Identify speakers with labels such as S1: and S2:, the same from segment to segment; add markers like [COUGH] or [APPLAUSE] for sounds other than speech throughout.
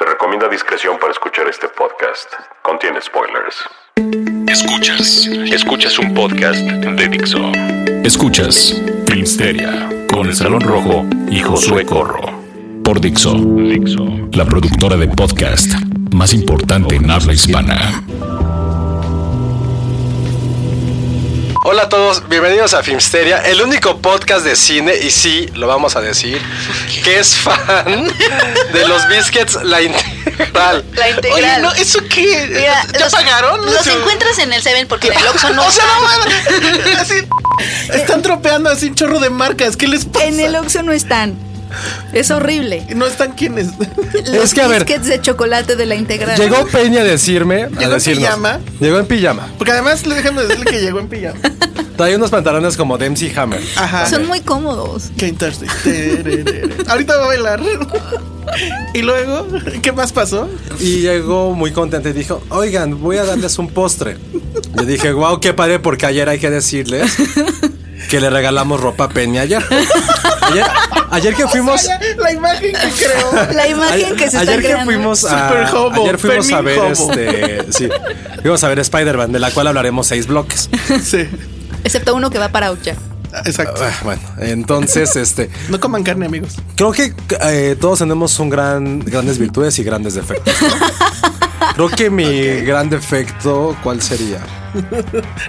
S1: Se recomienda discreción para escuchar este podcast. Contiene spoilers.
S2: Escuchas, escuchas un podcast de Dixo. Escuchas Filmsteria con el Salón Rojo y Josué Corro. Por Dixo, la productora de podcast más importante en habla hispana.
S3: Hola a todos, bienvenidos a Filmsteria, el único podcast de cine, y sí, lo vamos a decir, que es fan de los biscuits La Integral.
S4: La integral.
S5: Oye, no, ¿eso qué?
S4: Mira,
S5: ¿Ya
S4: los-
S5: pagaron?
S4: Los
S5: Su-
S4: encuentras en el Seven porque en el Oxxo no.
S5: [LAUGHS] O sea,
S4: están.
S5: no mames. Así. Están tropeando así un chorro de marcas. ¿Qué les pasa?
S6: En el Oxxo no están. Es horrible.
S5: No están quienes.
S6: Los
S3: que, a ver-
S6: biscuits de chocolate de la integral.
S3: Llegó Peña a decirme,
S5: Llegó
S3: a
S5: en
S3: decirnos,
S5: pijama.
S3: Llegó en pijama.
S5: Porque además le déjame decirle que llegó en pijama.
S3: Trae unos pantalones como de MC Hammer.
S5: Ajá.
S6: Son muy cómodos.
S5: Can't touch this. Tererere. Ahorita va a bailar. Y luego, ¿qué más pasó?
S3: Y llegó muy contenta y dijo, oigan, voy a darles un postre. Le dije, wow, qué padre, porque ayer hay que decirles que le regalamos ropa a Peña ayer. Ayer, ayer que fuimos...
S5: La imagen que creó.
S6: La imagen
S3: Ayer-
S6: que se
S3: ayer que
S6: está creando.
S3: fuimos a,
S5: Super hobo,
S3: ayer fuimos a
S5: Fermín
S3: ver
S5: hobo.
S3: este sí fuimos a ver Spider-Man de la cual hablaremos seis bloques
S5: Sí,
S6: Excepto uno que va para Ocha.
S5: exacto.
S3: Ah, bueno entonces este
S5: No coman carne, amigos.
S3: creo que eh, todos tenemos un gran grandes virtudes y grandes defectos ¿no? creo que mi gran defecto cuál sería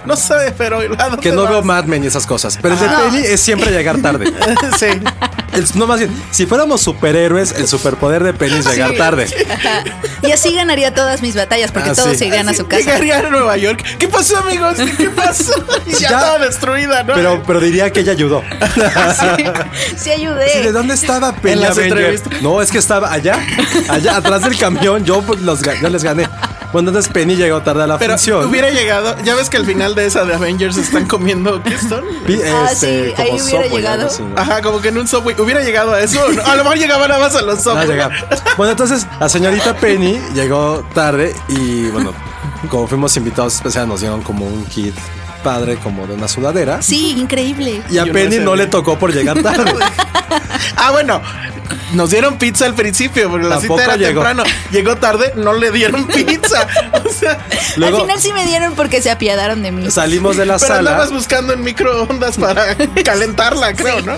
S5: No sabe, pero ¿a dónde
S3: que no
S5: vas?
S3: veo Mad Men y esas cosas pero el de Penny es siempre llegar tarde
S5: Ah. [LAUGHS] Sí.
S3: El- no más bien si fuéramos superhéroes el superpoder de Penny es llegar tarde
S6: Ajá. Y así ganaría todas mis batallas porque
S3: Ah,
S6: todos
S3: sí.
S6: se irían a su casa.
S5: Llegaría a Nueva York. ¿Qué pasó, amigos? ¿Qué [LAUGHS] pasó? Y ya,
S3: Ya.
S5: estaba destruida, ¿no?
S3: pero pero diría que ella ayudó
S6: [LAUGHS] Sí
S3: Sí, ¿De
S6: ayudé.
S3: dónde estaba Peña
S5: En las
S3: Benger?
S5: entrevistas.
S3: No, es que estaba allá, allá atrás del camión. Yo, pues, los, ga- yo les gané. Bueno, entonces Penny llegó tarde a la
S5: Pero
S3: función.
S5: hubiera llegado. Ya ves que al final de esa de Avengers están comiendo. ¿Qué son?
S3: Vi-
S6: Ah,
S3: este,
S6: sí, ahí hubiera
S3: Subway, algo
S6: llegado.
S3: así, ¿no?
S5: Ajá, como que en un subway. ¿Hubiera llegado a eso? A lo mejor llegaba nada más a los
S3: No,
S5: subway.
S3: llegaba. Bueno, entonces la señorita Penny llegó tarde y bueno, como fuimos invitados especiales, nos dieron como un kit padre, como de una sudadera.
S6: Sí, increíble.
S3: Y a
S5: Y una
S3: Penny no
S5: cerveza.
S3: le tocó por llegar
S5: [LAUGHS]
S3: tarde.
S5: Ah, bueno. Nos dieron pizza al principio, pero la
S3: Tampoco
S5: cita era
S3: llegó.
S5: temprano. Llegó tarde, no
S3: [LAUGHS]
S5: le dieron pizza. O sea,
S3: Luego
S6: Al final sí me dieron porque se apiadaron de mí.
S3: salimos de la
S5: pero
S3: sala.
S5: andabas buscando en microondas
S3: [LAUGHS]
S5: para calentarla, creo, ¿no?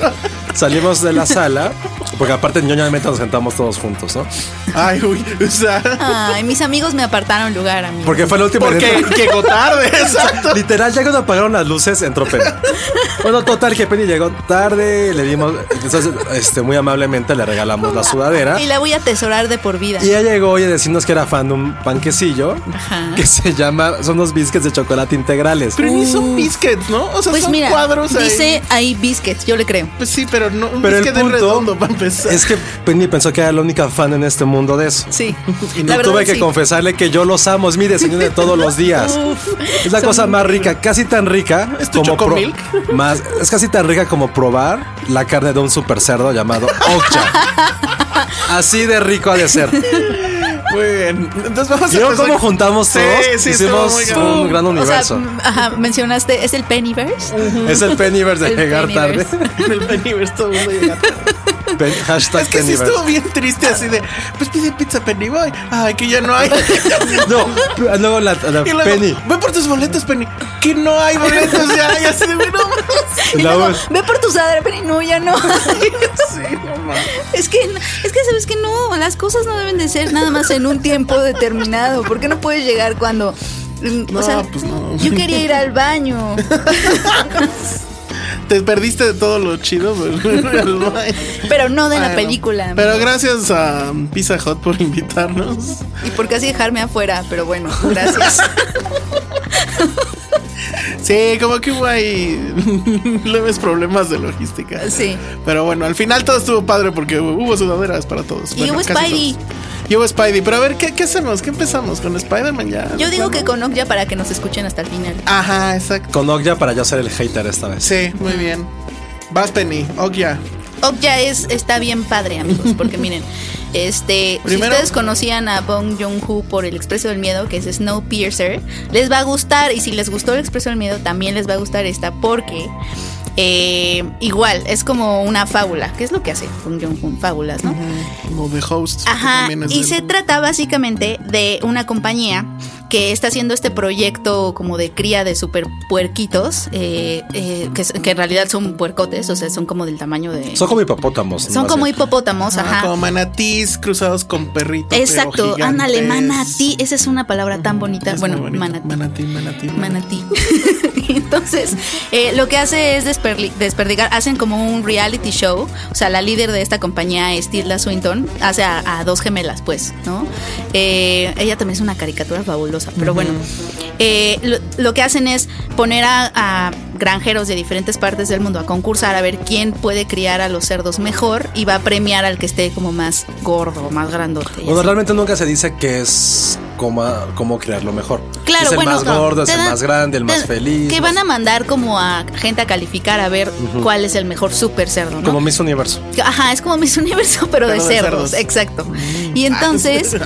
S3: Salimos de la sala, porque aparte ñoñamente nos sentamos todos juntos, ¿no?
S5: Ay, uy, o sea,
S3: Ah,
S6: Ay, mis amigos me apartaron lugar a mí.
S3: Porque fue la última en
S5: porque
S3: entrar.
S5: llegó
S3: [LAUGHS]
S5: tarde, exacto.
S3: Literal, ya cuando apagaron las luces, entró Penny. Bueno, total, que Penny llegó tarde, le dimos, entonces, este, muy amablemente le regalamos la sudadera.
S6: Y la voy a atesorar de por vida.
S3: Y ella llegó y a decirnos que era fan de un panquecillo
S6: Ajá.
S3: que se llama, son los biscuits de chocolate integrales.
S5: Pero ni
S3: Uh.
S5: son biscuits, ¿no? O sea,
S6: Pues
S5: son
S6: mira,
S5: cuadros ahí.
S6: dice ahí biscuits, yo le creo.
S5: Pues sí, pero no, un
S3: Pero el
S5: biscuit es
S3: punto
S5: redondo para [LAUGHS] empezar.
S3: Es que Penny pensó que era la única fan en este mundo de eso.
S5: [LAUGHS]
S6: Sí.
S3: Y
S6: La verdad,
S3: tuve que
S6: sí.
S3: confesarle que yo los amo, es mi desayuno de todos los días. es la cosa más rica, casi tan rica
S5: ¿Es tu
S3: pro-
S5: chocomilk?
S3: más es casi tan rica como probar la carne de un super cerdo llamado Okja. Así de rico ha de ser.
S5: Muy bien. Entonces vamos a
S3: ¿Vieron
S5: empezar-
S3: cómo juntamos
S5: Sí,
S3: todos?
S5: sí,
S3: Hicimos
S5: estuvo muy
S3: un
S5: cabrón.
S3: gran
S6: O
S3: universo.
S6: sea,
S5: mm,
S6: m- ajá, mencionaste, es el Pennyverse. [LAUGHS]
S3: es el Pennyverse de
S6: El
S3: llegar
S6: Pennyverse.
S3: tarde.
S5: El Pennyverse, todo el mundo llega tarde.
S3: [LAUGHS] Pen- hashtag
S5: Es que sí
S3: Pennyverse.
S5: estuvo bien triste así de, pues pide pizza Pennyboy. Ay, que ya no
S3: [LAUGHS]
S5: hay.
S3: No, pero luego la, la
S5: Y luego,
S3: Penny.
S5: ve por tus boletos, Penny. Que no hay boletos ya. Y así de, [LAUGHS] bueno,
S6: Y
S3: La
S6: luego,
S3: voz.
S6: ve por tu sadre, Penny. No, ya no. [LAUGHS]
S5: sí, no mames.
S6: Es que, es que sabes que no, las cosas no deben de ser nada más en un tiempo determinado. ¿Por qué no puedes llegar cuando? mm,
S5: No,
S6: o sea,
S5: pues no.
S6: yo quería ir al baño.
S5: [LAUGHS] Te perdiste de todo lo chido. Pero, [LAUGHS]
S6: Pero no de la
S5: Bueno,
S6: película.
S5: Pero gracias a Pizza Hut por invitarnos.
S6: Y por casi dejarme afuera, pero bueno,
S5: [LAUGHS]
S6: gracias.
S5: Sí, como que hubo ahí [LAUGHS] leves problemas de logística.
S6: Sí.
S5: Pero bueno, al final todo estuvo padre porque hubo sudaderas para todos.
S6: Y
S5: Bueno,
S6: hubo
S5: casi
S6: Spidey.
S5: todos. Y hubo Spidey. Pero a ver, ¿qué, qué hacemos? ¿Qué empezamos? ¿Con Spider-Man ya?
S6: Yo digo
S5: Bueno.
S6: que con Okja para que nos escuchen hasta el final.
S5: Ajá, exacto.
S3: Con Ogja para yo ser el hater esta vez.
S5: Sí, muy bien. Vas, Penny. Ok, ya.
S6: Okja es, está bien padre, amigos,
S5: [LAUGHS]
S6: porque miren, este,
S5: Primero-
S6: si ustedes conocían a Bong Joon-ho por El Expreso del Miedo, que es Snowpiercer, les va a gustar, y si les gustó El Expreso del Miedo, también les va a gustar esta, porque eh, igual, es como una fábula, que es lo que hace Bong Joon-ho, fábulas, ¿no?
S5: Como de host. que
S6: Ajá,
S5: también es
S6: y
S5: del-
S6: se trata básicamente de una compañía que está haciendo este proyecto como de cría de super puerquitos, eh, eh, que, es- que en realidad son puercotes, o sea, son como del tamaño de...
S3: Son como hipopótamos.
S6: Son
S3: más
S6: como
S3: bien.
S6: hipopótamos,
S5: Ah,
S6: ajá.
S5: Como manatís cruzados con perritos. pero
S6: Exacto,
S5: gigantes.
S6: ándale, manatí, esa es una palabra tan bonita.
S5: Es
S6: bueno,
S5: muy bonito.
S6: manatí.
S5: Manatí, manatí.
S6: [LAUGHS] Manatí. Entonces, eh, lo que hace es desperli- desperdigar, hacen como un reality show. O sea, la líder de esta compañía es Tilda Swinton, hace a, a dos gemelas, pues, ¿no? Eh, ella también es una caricatura fabulosa, pero bueno. Eh, lo, lo que hacen es poner a, a granjeros de diferentes partes del mundo a concursar a ver quién puede criar a los cerdos mejor y va a premiar al que esté como más gordo, más grandote. y
S3: Bueno,
S6: así.
S3: Pues realmente nunca se dice que es como, cómo crearlo mejor.
S6: Claro,
S3: es el
S6: bueno,
S3: más gordo, es
S6: te
S3: el
S6: dan-
S3: más grande, el más
S6: te-
S3: feliz.
S6: Que van a mandar como a gente a calificar a ver cuál es el mejor super cerdo, ¿no?
S3: Como Miss Universo.
S6: Ajá, es como Miss [LAUGHS] Universo, pero, de,
S5: Pero de
S6: cerdos.
S5: cerdos. Mm. Ah,
S6: Exacto. Y
S5: [LAUGHS]
S6: entonces,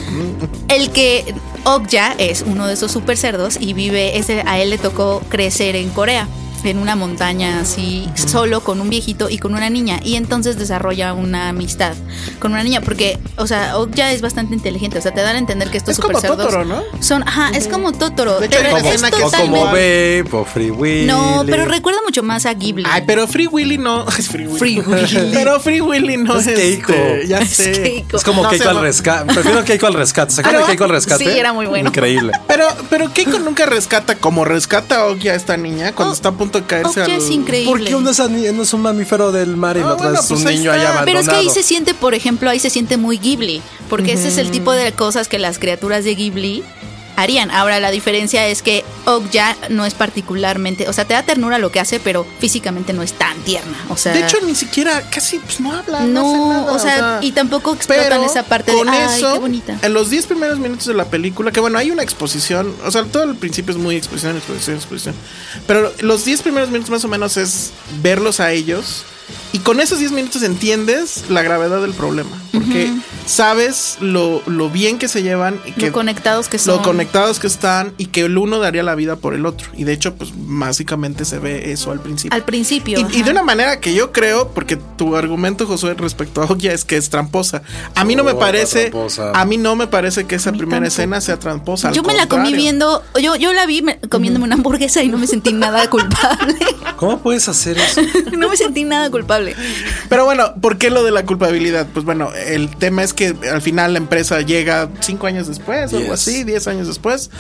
S6: el que Okja es uno de esos super cerdos y vive, ese, a él le tocó crecer en Corea, en una montaña así, solo con un viejito y con una niña. Y entonces desarrolla una amistad con una niña, porque, o sea, Okja es bastante inteligente, o sea, te dan a entender que estos
S5: Es como
S6: super cerdos
S5: Totoro, ¿no?
S6: son, ajá, es como Totoro.
S5: De hecho, hay
S6: pero
S5: una
S6: es
S5: escena que es
S3: O como
S6: totalmente-
S3: Babe, o Free Willy.
S6: no, pero recuerda mucho más a Ghibli.
S5: Ay, pero Free Willy no. [LAUGHS] Es Free Willy.
S6: Free Willy.
S5: Pero Free Willy no es.
S3: Es Keiko.
S5: [LAUGHS] este, ya
S6: Es
S5: sé.
S6: Keiko.
S3: Es como
S5: No,
S3: Keiko
S5: se
S3: al
S5: va-
S3: rescate. Prefiero Keiko al rescate. ¿Se acuerdan
S5: Ah,
S3: de Keiko al rescate?
S6: sí, era muy bueno.
S3: Increíble.
S5: Pero, pero Keiko nunca rescata como rescata a Okia esta niña cuando
S6: Oh,
S5: está a punto de caerse
S6: Okja
S5: al-
S6: es increíble.
S3: ¿Por qué uno es, ani- uno es un mamífero del mar y
S5: Ah,
S3: el otro
S5: bueno,
S3: es
S5: pues
S3: un
S5: ahí
S3: niño ahí
S5: está.
S3: abandonado?
S6: Pero es que ahí se siente, por ejemplo, ahí se siente muy Ghibli, porque ese es el tipo de cosas que las criaturas de Ghibli harían. Ahora, la diferencia es que Okja no es particularmente, o sea, te da ternura lo que hace, pero físicamente no es tan tierna. O sea,
S5: De hecho, ni siquiera casi pues, no habla.
S6: no,
S5: No, hace nada,
S6: o, sea, y tampoco explotan
S5: Pero
S6: esa parte
S5: con
S6: de, ay,
S5: eso,
S6: qué bonita.
S5: En los 10 primeros minutos de la película, que bueno, hay una exposición, o sea, todo el principio es muy exposición, exposición, exposición. Pero los 10 primeros minutos más o menos es verlos a ellos. Y con esos 10 minutos entiendes la gravedad del problema. Porque sabes lo, lo bien que se llevan y que
S6: Lo conectados que son.
S5: lo conectados que están y que el uno daría la vida por el otro. Y de hecho, pues básicamente se ve eso al principio.
S6: Al principio.
S5: Y- y,
S6: ajá.
S5: de una manera que yo creo, porque tu argumento, Josué, respecto a Okia es que es tramposa. A mí no me
S3: Oh,
S5: parece,
S3: tramposa.
S5: a mí no me parece que esa primera
S6: tampoco.
S5: escena sea tramposa. al
S6: yo me la comí
S5: contrario.
S6: viendo, yo, yo la vi me- comiéndome una hamburguesa y no me sentí
S5: [LAUGHS]
S6: nada culpable. [LAUGHS]
S3: ¿Cómo puedes hacer eso?
S6: no me sentí nada culpable.
S5: Pero bueno, ¿por qué lo de la culpabilidad? Pues bueno, el tema es que al final la empresa llega cinco años después, o
S3: Yes.
S5: algo así, diez años después.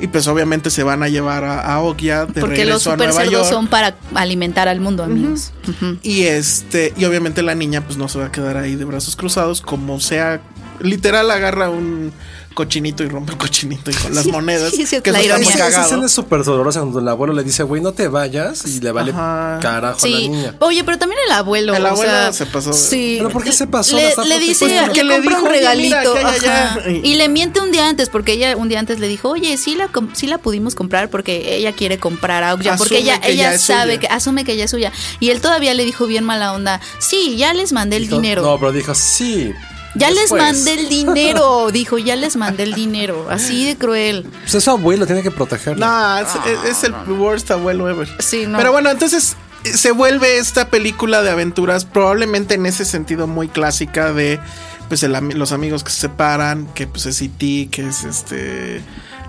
S5: Y pues obviamente se van a llevar a, a Okia de
S6: Porque los
S5: regreso a
S6: super
S5: Nueva York.
S6: cerdos son para alimentar al mundo, amigos. Ujú.
S5: Y este, y obviamente la niña pues no se va a quedar ahí de brazos cruzados, como sea, literal agarra un cochinito y rompe el cochinito y con las
S6: Sí,
S5: monedas.
S6: sí, es cierto,
S5: que eso
S6: la
S5: está muy
S6: ironía.
S3: Esa, esa
S5: cagado.
S3: escena es súper dolorosa cuando el abuelo le dice, güey, no te vayas y le vale
S5: Ajá.
S3: carajo a la
S6: Sí.
S3: niña.
S6: Oye, pero también el abuelo.
S5: El
S6: o
S5: abuelo
S6: sea,
S5: se pasó de-
S6: Sí.
S3: ¿Pero por qué se pasó? La
S6: Le,
S3: está
S6: le dice,
S3: protegiendo.
S5: Porque
S6: le,
S5: le
S6: compra
S5: dijo,
S6: un
S5: "Oye, mira,
S6: regalito.
S5: que hay allá".
S6: ajá.
S5: Y-
S6: Y le miente un día antes, porque ella un día antes le dijo, oye, sí la, com- sí la pudimos comprar porque ella quiere comprar a Okja, porque
S5: Asume
S6: ella,
S5: que ya
S6: ella
S5: es
S6: sabe,
S5: suya.
S6: que asume que ella es suya. Y él todavía le dijo bien mala onda, sí, ya les mandé el
S3: Dijo-
S6: dinero.
S3: No, pero dijo, sí,
S6: Ya les
S5: Después.
S6: mandé el dinero, [LAUGHS] dijo, ya les mandé el dinero. Así de cruel.
S3: Pues es su abuelo, tiene que protegerlo.
S5: No, es, es- es el worst abuelo ever.
S6: Sí, no.
S5: Pero bueno, entonces eh, se vuelve esta película de aventuras, probablemente en ese sentido muy clásica de pues el ami- los amigos que se separan, que pues es E.T., que es este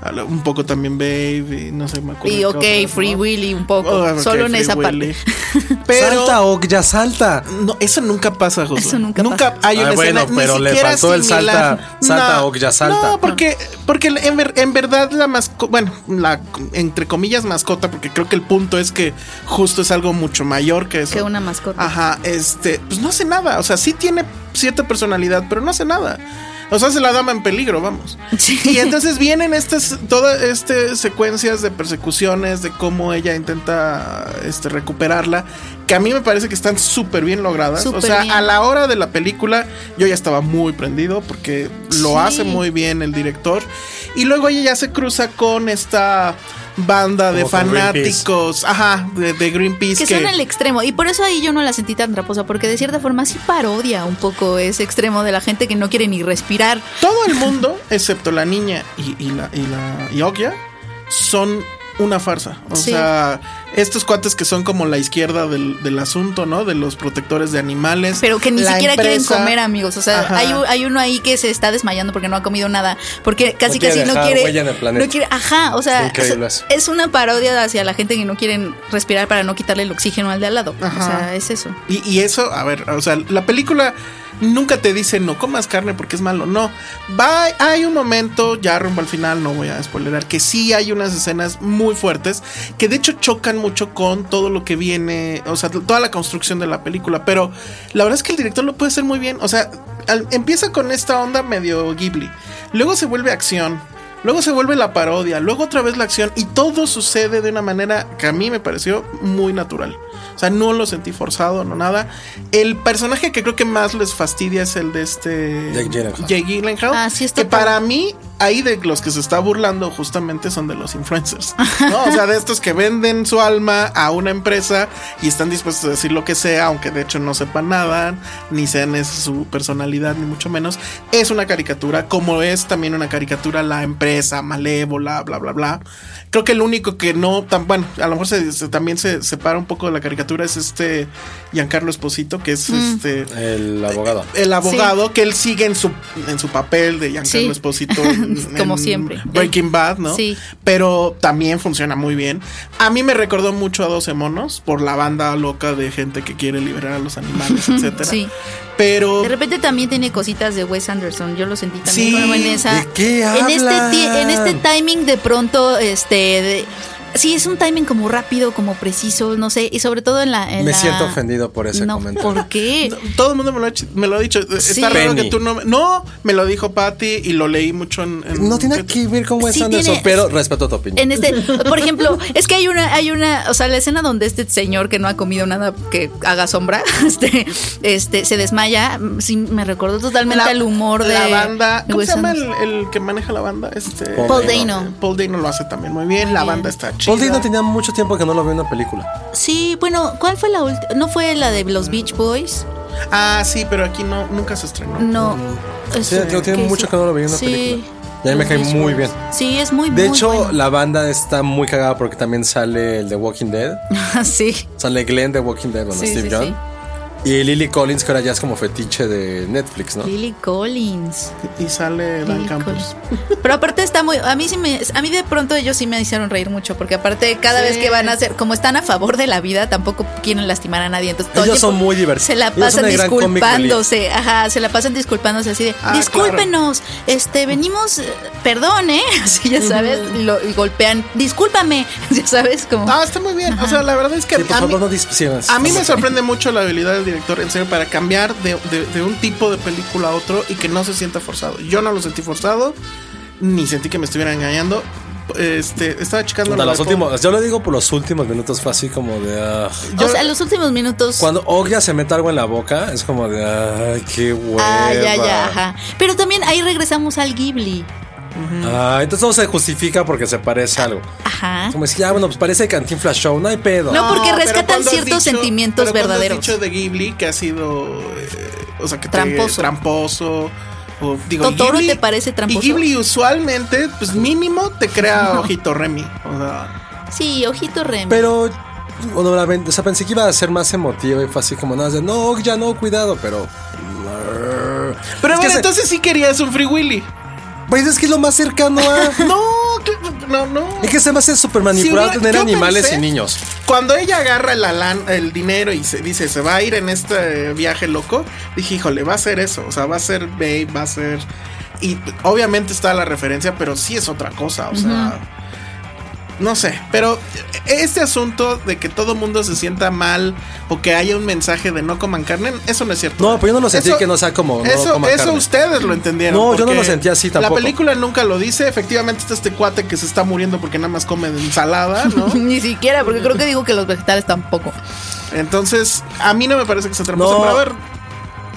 S5: a lo- un poco también Babe, y no sé, me acuerdo.
S6: Y
S5: qué
S6: ok,
S5: otras, ¿no?
S6: Free Willy un poco.
S5: Oh, ok,
S6: solo en
S5: Free
S6: esa
S5: Willy.
S6: parte.
S5: [LAUGHS] Pero
S3: Salta, Oak, ya salta.
S5: no, eso nunca pasa, Josué.
S6: Eso nunca pasa.
S5: hay una
S3: Ah, bueno,
S5: escena, ni
S3: pero le
S5: siquiera
S3: faltó el
S5: similar.
S3: salta- salta o que ya salta.
S5: No, porque, porque en, ver- en verdad la mascota, bueno, la entre comillas mascota, porque creo que el punto es que justo es algo mucho mayor que eso.
S6: Que una mascota.
S5: Ajá, este, pues no hace nada. O sea, sí tiene cierta personalidad, pero no hace nada. O sea, se la dama en peligro, vamos.
S6: Sí.
S5: Y entonces vienen estas, todas estas secuencias de persecuciones, de cómo ella intenta este, recuperarla, que a mí me parece que están súper bien logradas. o
S6: Súper
S5: sea,
S6: bien.
S5: a la hora de la película yo ya estaba muy prendido porque lo
S6: Sí.
S5: hace muy bien el director. Y luego ella ya se cruza con esta banda de
S3: Como con Greenpeace.
S5: fanáticos, ajá, de, de Greenpeace.
S6: Que son el extremo. Y por eso ahí yo no la sentí tan traposa, porque de cierta forma sí parodia un poco ese extremo de la gente que no quiere ni respirar.
S5: Todo el mundo, excepto la niña y, y la y la y Okja, son una farsa. O
S6: Sí.
S5: sea, estos cuates que son como la izquierda del, del asunto, ¿no? De los protectores de animales.
S6: Pero que ni
S5: La
S6: siquiera quieren
S5: empresa.
S6: comer, amigos. O sea,
S5: Ajá.
S6: hay, u- hay uno ahí que se está desmayando porque no ha comido nada. Porque casi
S3: quiere
S6: casi no
S3: dejar
S6: quiere,
S3: huella en el planeta.
S6: no quiere. Ajá, o sea,
S3: Increíble
S6: es,
S3: eso.
S6: es una parodia hacia la gente que no quieren respirar para no quitarle el oxígeno al de al lado.
S5: Ajá.
S6: O sea, es eso.
S5: Y, y eso, a ver, o sea, la película nunca te dice no comas carne porque es malo. No. Va, hay un momento, ya rumbo al final, no voy a spoilerar, que sí hay unas escenas muy fuertes que de hecho chocan mucho con todo lo que viene, o sea, toda la construcción de la película. Pero la verdad es que el director lo puede hacer muy bien. O sea, al- empieza con esta onda medio Ghibli. Luego se vuelve acción. Luego se vuelve la parodia, luego otra vez la acción y todo sucede de una manera que a mí me pareció muy natural. O sea, no lo sentí forzado, no nada. El personaje que creo que más les fastidia es el de este
S3: Jake Gyllenhaal.
S5: Jake Gyllenhaal,
S6: Ah, sí, está
S5: que para mí ahí de los que se está burlando justamente son de los influencers. ¿no? O sea, de estos que venden su alma a una empresa y están dispuestos a decir lo que sea, aunque de hecho no sepan nada, ni sean es su personalidad, ni mucho menos. Es una caricatura, como es también una caricatura la empresa malévola, bla, bla, bla. Creo que el único que no, tan, bueno, a lo mejor se, se- también se separa un poco de la caricatura es este Giancarlo Esposito, que es este
S3: Ah, El abogado.
S5: el abogado que él sigue en su en su papel de Giancarlo
S6: Sí. [LAUGHS]
S5: Esposito en-
S6: Como
S5: en
S6: siempre.
S5: Breaking Bad, ¿no?
S6: Sí.
S5: Pero también funciona muy bien. A mí me recordó mucho a 12 monos por la banda loca de gente que quiere liberar a
S6: [LAUGHS]
S5: los animales, etcétera.
S6: Sí.
S5: Pero
S6: De repente también tiene cositas de Wes Anderson. Yo lo sentí también
S5: Sí,
S6: como en esa.
S3: ¿de qué
S6: en este ti- en este
S3: hablan?
S6: timing de pronto, este. de- sí, es un timing como rápido, como preciso, no sé. Y sobre todo en la. en
S3: Me
S6: la-
S3: siento ofendido por ese
S6: no,
S3: comentario.
S6: ¿Por qué?
S5: todo el mundo me lo ha, hecho- me lo ha dicho. Eh, Está
S6: Sí.
S5: raro que
S3: Penny.
S5: tú no. No, me lo dijo Patty y lo leí mucho en. en-
S3: No tiene que ver con Wes
S6: Sí
S3: Anderson,
S6: tiene-
S3: pero respeto tu opinión.
S6: En este, por ejemplo, es que hay una, hay una, o sea, la escena donde este señor que no ha comido nada que haga sombra, [LAUGHS] este, este, se desmaya, sí me recordó totalmente
S5: La-
S6: al humor de
S5: la banda. ¿Cómo
S6: Wes
S5: se llama el,
S6: Anderson.
S5: el que maneja la banda? Este
S6: Paul Dano.
S5: Paul Dano lo hace también muy bien. la banda está chida.
S3: Paul Dano tenía mucho tiempo que no lo veo en una película.
S6: Sí, bueno, ¿cuál fue la última? ¿No fue la de los Beach Boys?
S5: Ah, sí, pero aquí no, nunca se estrenó.
S6: No. Es-
S3: Sí, yo tiene
S6: ¿qué es?
S3: mucho que no lo veía en una
S6: Sí.
S3: película. Y a mí me
S6: Los
S3: cae
S6: Beach
S3: muy
S6: Boys.
S3: bien.
S6: Sí, es muy
S3: De
S6: muy
S3: hecho,
S6: [LAUGHS] bueno.
S3: la banda está muy cagada porque también sale el de Walking Dead.
S6: Ah, sí.
S3: Sale Glenn de Walking Dead, bueno,
S6: Sí,
S3: Steve
S6: sí,
S3: Young. Y Lily Collins, que ahora ya es como fetiche de Netflix, ¿no?
S6: Lily Collins.
S5: Y sale Dan
S6: Lily
S5: Campos.
S6: Collins. Pero aparte está muy a mí sí me a mí de pronto ellos sí me hicieron reír mucho porque aparte cada vez que van a hacer como están a favor de la vida tampoco quieren lastimar a nadie, entonces todo el
S3: Ellos
S6: tiempo
S3: son muy divertidos.
S6: Se la
S3: Ellos son
S6: pasan
S3: el gran comic
S6: disculpándose, ajá, se la pasan disculpándose así de,
S5: Ah,
S6: "Discúlpenos, este venimos, eh, perdón, eh." [LAUGHS] Así ya sabes, y lo, y golpean, "Discúlpame." [LAUGHS] Ya sabes como
S5: Ah, está muy bien. O sea, la verdad es que
S3: Sí, por
S5: a, mí,
S3: favor, no discusiones.
S5: a mí me sorprende mucho la habilidad del director, en serio, para cambiar de, de- de un tipo de película a otro y que no se sienta forzado. Yo no lo sentí forzado, ni sentí que me estuvieran engañando. Este, estaba checando
S3: Puta,
S5: lo
S3: los
S5: de
S3: últimos, yo lo digo por los últimos minutos, fue así como de. ah.
S6: o sea, los últimos minutos
S3: Cuando Ogya se mete algo en la boca, es como de. Ay, qué hueva.
S6: Ah, ya, ya, ajá. Pero también ahí regresamos al Ghibli.
S3: Ah, entonces no se justifica porque se parece a algo.
S6: Ajá.
S3: Como decir, ah, bueno, pues parece Cantinflas Show, no hay pedo.
S6: No, porque
S5: Ah, pero
S6: rescatan
S5: ¿cuándo has
S6: ciertos sentimientos
S5: pero ¿cuándo has
S6: verdaderos?
S5: dicho de Ghibli que ha sido. eh, o sea, que te-
S6: Tramposo.
S5: tramposo. O, digo,
S6: ¿Totoro
S5: y Ghibli-
S6: te parece tramposo?
S5: Y Ghibli usualmente, pues mínimo te crea ojito Remy. O sea,
S6: Sí, ojito rem. [LAUGHS]
S3: Pero, bueno, la ven- o sea, pensé que iba a ser más emotivo y fue así como nada, de, no, ya no, cuidado, pero.
S5: pero
S3: Es que
S5: bueno,
S3: se-
S5: entonces sí querías un Free Willy.
S3: Pues es que es lo más cercano
S5: [LAUGHS]
S3: a.
S5: No, que- no, no.
S3: Es que se me hace súper manipulado
S5: hubiera-
S3: tener
S5: yo
S3: animales
S5: pensé-
S3: y niños.
S5: Cuando ella agarra la lan- el dinero y se dice se va a ir en este viaje loco, dije, híjole, va a ser eso, o sea, va a ser Babe, va a ser... Y obviamente está la referencia, pero sí es otra cosa, o sea... No sé, pero este asunto de que todo mundo se sienta mal o que haya un mensaje de no coman carne, eso no es cierto.
S3: No, pero yo no lo sentí que no sea como, no
S5: Eso,
S3: coman
S5: eso
S3: carne.
S5: ustedes lo entendieron.
S3: No, yo no
S5: porque
S3: lo sentí así tampoco.
S5: La película nunca lo dice. Efectivamente, está este cuate que se está muriendo porque nada más come ensalada,
S3: [LAUGHS]
S5: ¿no?
S6: Ni siquiera, porque creo que digo que los vegetales tampoco.
S5: Entonces, a mí no me parece que sea tramposo.
S3: No.
S5: Pero a ver,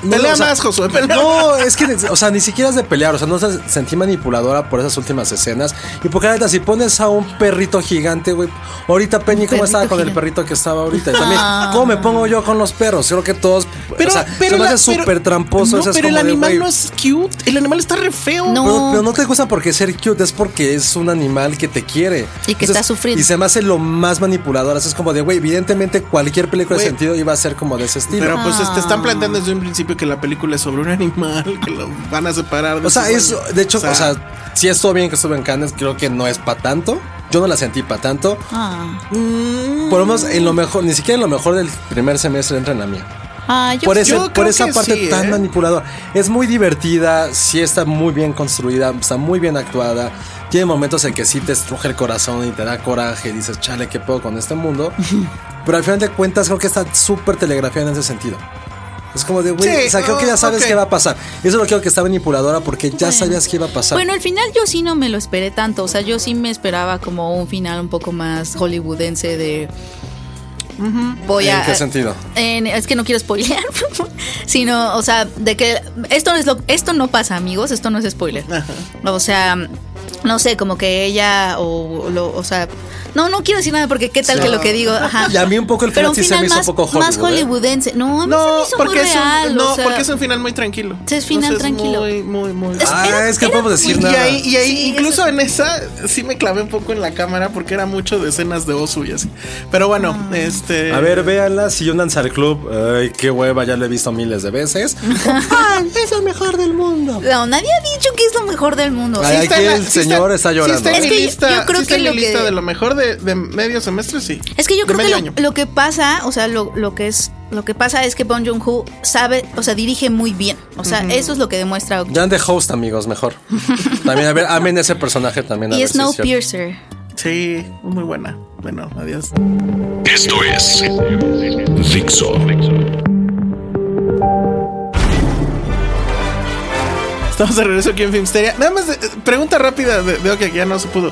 S3: No,
S5: pelea
S3: o sea,
S5: más, Josué. Pelea
S3: No, es que, o sea, ni siquiera es de pelear. O sea, no se sentí manipuladora por esas últimas escenas. Y porque la neta, si pones a un perrito gigante, güey. Ahorita, Penny, ¿cómo
S6: Perrito
S3: estaba con el
S6: gigante. Ah.
S3: perrito que estaba ahorita? Y también, ¿cómo me pongo yo con los perros? Creo que todos. o sea, se me
S5: la-
S3: hace súper
S5: pero-
S3: tramposo.
S5: no,
S3: esas
S5: pero el
S3: como de,
S5: animal
S3: güey,
S5: no es cute. El animal está re feo.
S6: No.
S3: Pero, pero no te gusta porque ser cute es porque es un animal que te quiere.
S6: Y que está sufriendo.
S3: Y se me hace lo más manipulador. Así es como de, güey, evidentemente cualquier película
S5: Güey.
S3: de sentido iba a ser como de ese estilo.
S5: Pero pues te están planteando desde un principio que la película es sobre un animal, que lo van a separar. de
S3: O sea,
S5: su-
S3: es, de hecho, Pues o sea, si estuvo bien que estuvo en Cannes, creo que no es para tanto. Yo no la sentí para tanto.
S6: Ah,
S3: Por lo menos en lo mejor, ni siquiera en lo mejor del primer semestre entra en la mía.
S6: ah, yo
S3: Por,
S6: sí.
S3: ese-
S5: yo
S3: por
S5: creo
S3: esa
S5: que
S3: parte
S5: sí,
S3: tan
S5: ¿eh?
S3: manipuladora. Es muy divertida, sí está muy bien construida, está muy bien actuada. Tiene momentos en que sí te estruje el corazón y te da coraje y dices, chale, ¿qué puedo con este
S5: [LAUGHS]
S3: mundo? Pero al final de cuentas creo que está súper telegrafiada en ese sentido. Es como de, güey,
S5: Sí,
S3: o sea, creo que
S5: oh,
S3: ya sabes
S5: ok.
S3: qué va a pasar. Eso es lo que creo que está manipuladora porque ya
S6: Bueno.
S3: sabías qué iba a pasar.
S6: Bueno, al final yo sí no me lo esperé tanto. O sea, yo sí me esperaba como un final un poco más hollywoodense de. Voy
S3: ¿En
S6: a-
S3: qué sentido?
S6: en- es que no quiero spoilear, [LAUGHS] sino, o sea, de que esto no es lo, esto no pasa, amigos, esto no es spoiler. O sea, no sé, como que ella o, lo- o sea, no, no quiero decir nada porque qué tal que lo que digo, ajá.
S3: Y a mí un poco el final
S6: Pero un
S3: sí se
S6: final
S3: me hizo
S6: más,
S3: un poco
S6: más
S3: Hollywood, ¿eh?
S6: hollywoodense. No, a mí se me
S5: No,
S6: hizo
S5: porque
S6: muy
S5: es,
S6: real.
S5: un, no
S6: o sea,
S5: porque es un final muy tranquilo.
S6: Sí, es final
S5: Entonces,
S6: tranquilo.
S5: Muy, muy, muy.
S6: Es-
S3: Ah,
S6: era-
S3: es que no
S6: era
S3: podemos decir
S6: muy-
S5: Y
S3: nada.
S5: ahí, y ahí
S6: Sí,
S5: incluso en esa sí me clavé un poco en la cámara porque era mucho de escenas de Osu y así. Pero bueno, este.
S3: A
S6: eh,
S3: ver, véanla, si yo lanza al club, ay, qué hueva, ya lo he visto miles de veces. ¡Ay, es lo mejor del mundo!
S6: No, nadie ha dicho que es lo mejor del mundo.
S3: Ay,
S5: está
S3: aquí
S5: en la-
S3: el
S5: sí está-
S3: señor está llorando.
S5: Sí está en
S6: Es
S5: mi
S6: que yo-
S5: lista,
S6: yo creo
S5: sí está
S6: que
S5: en mi
S6: lo que-
S5: lista de lo mejor de, de medio semestre, sí.
S6: Es que yo
S5: De
S6: creo
S5: medio
S6: que
S5: año.
S6: lo, lo que pasa, o sea, lo, lo que es lo que pasa es que Bong Joon-ho sabe, o sea, dirige muy bien. O sea, eso es lo que demuestra.
S3: Ya de host, amigos, mejor. También, a ver, amen ese personaje también. a
S6: Y
S3: ver si es cierto.
S6: Snowpiercer.
S5: Sí, muy buena. Bueno, adiós.
S2: Esto es Dixo.
S5: Estamos de regreso aquí en Filmsteria. Nada más, eh, pregunta rápida. de- Veo que ya no se pudo.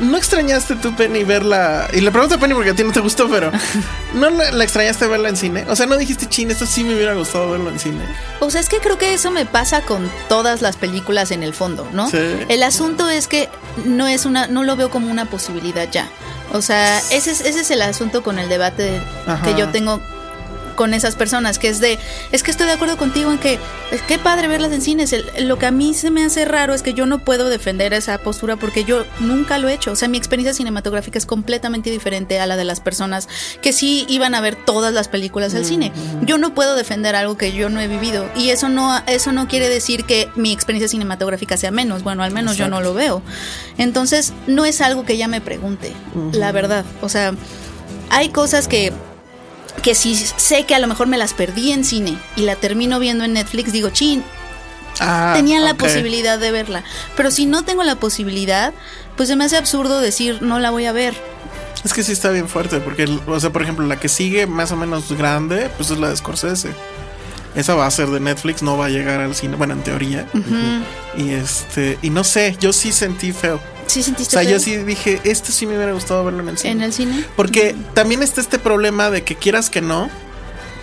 S5: ¿No extrañaste tú, Penny, verla? Y le pregunto a Penny porque a ti no te gustó,
S6: [LAUGHS]
S5: pero ¿no la, la extrañaste verla en cine? O sea, ¿no dijiste, chin, esto sí me hubiera gustado verlo en cine?
S6: O sea, es que creo que eso me pasa con todas las películas en el fondo, ¿no?
S5: Sí.
S6: El asunto es que no es una, no lo veo como una posibilidad ya. O sea, ese es, ese es el asunto con el debate
S5: Ajá.
S6: que yo tengo con esas personas, que es de, es que estoy de acuerdo contigo en que es que padre verlas en cines. El- lo que a mí se me hace raro es que yo no puedo defender esa postura porque yo nunca lo he hecho. O sea, mi experiencia cinematográfica es completamente diferente a la de las personas que sí iban a ver todas las películas al cine. Yo no puedo defender algo que yo no he vivido y eso no, eso no quiere decir que mi experiencia cinematográfica sea menos. Bueno, al menos yo no lo veo. Entonces, no es algo que ya me pregunte, la verdad. O sea, hay cosas que que si sé que a lo mejor me las perdí en cine y la termino viendo en Netflix, digo, chin,
S5: Ah,
S6: tenía la
S5: ok.
S6: posibilidad de verla. Pero si no tengo la posibilidad, pues se me hace absurdo decir, no la voy a ver.
S5: Es que sí está bien fuerte, porque, o sea, por ejemplo, la que sigue más o menos grande, pues es la de Scorsese. Esa va a ser de Netflix, no va a llegar al cine, bueno, en teoría. Y este, y no sé, yo sí sentí feo.
S6: ¿Sí
S5: O
S6: sentiste
S5: sea, yo
S6: ¿Este feo
S5: sí dije, esto sí me hubiera gustado verlo en el cine.
S6: en el cine?
S5: Porque también está este problema de que quieras que no,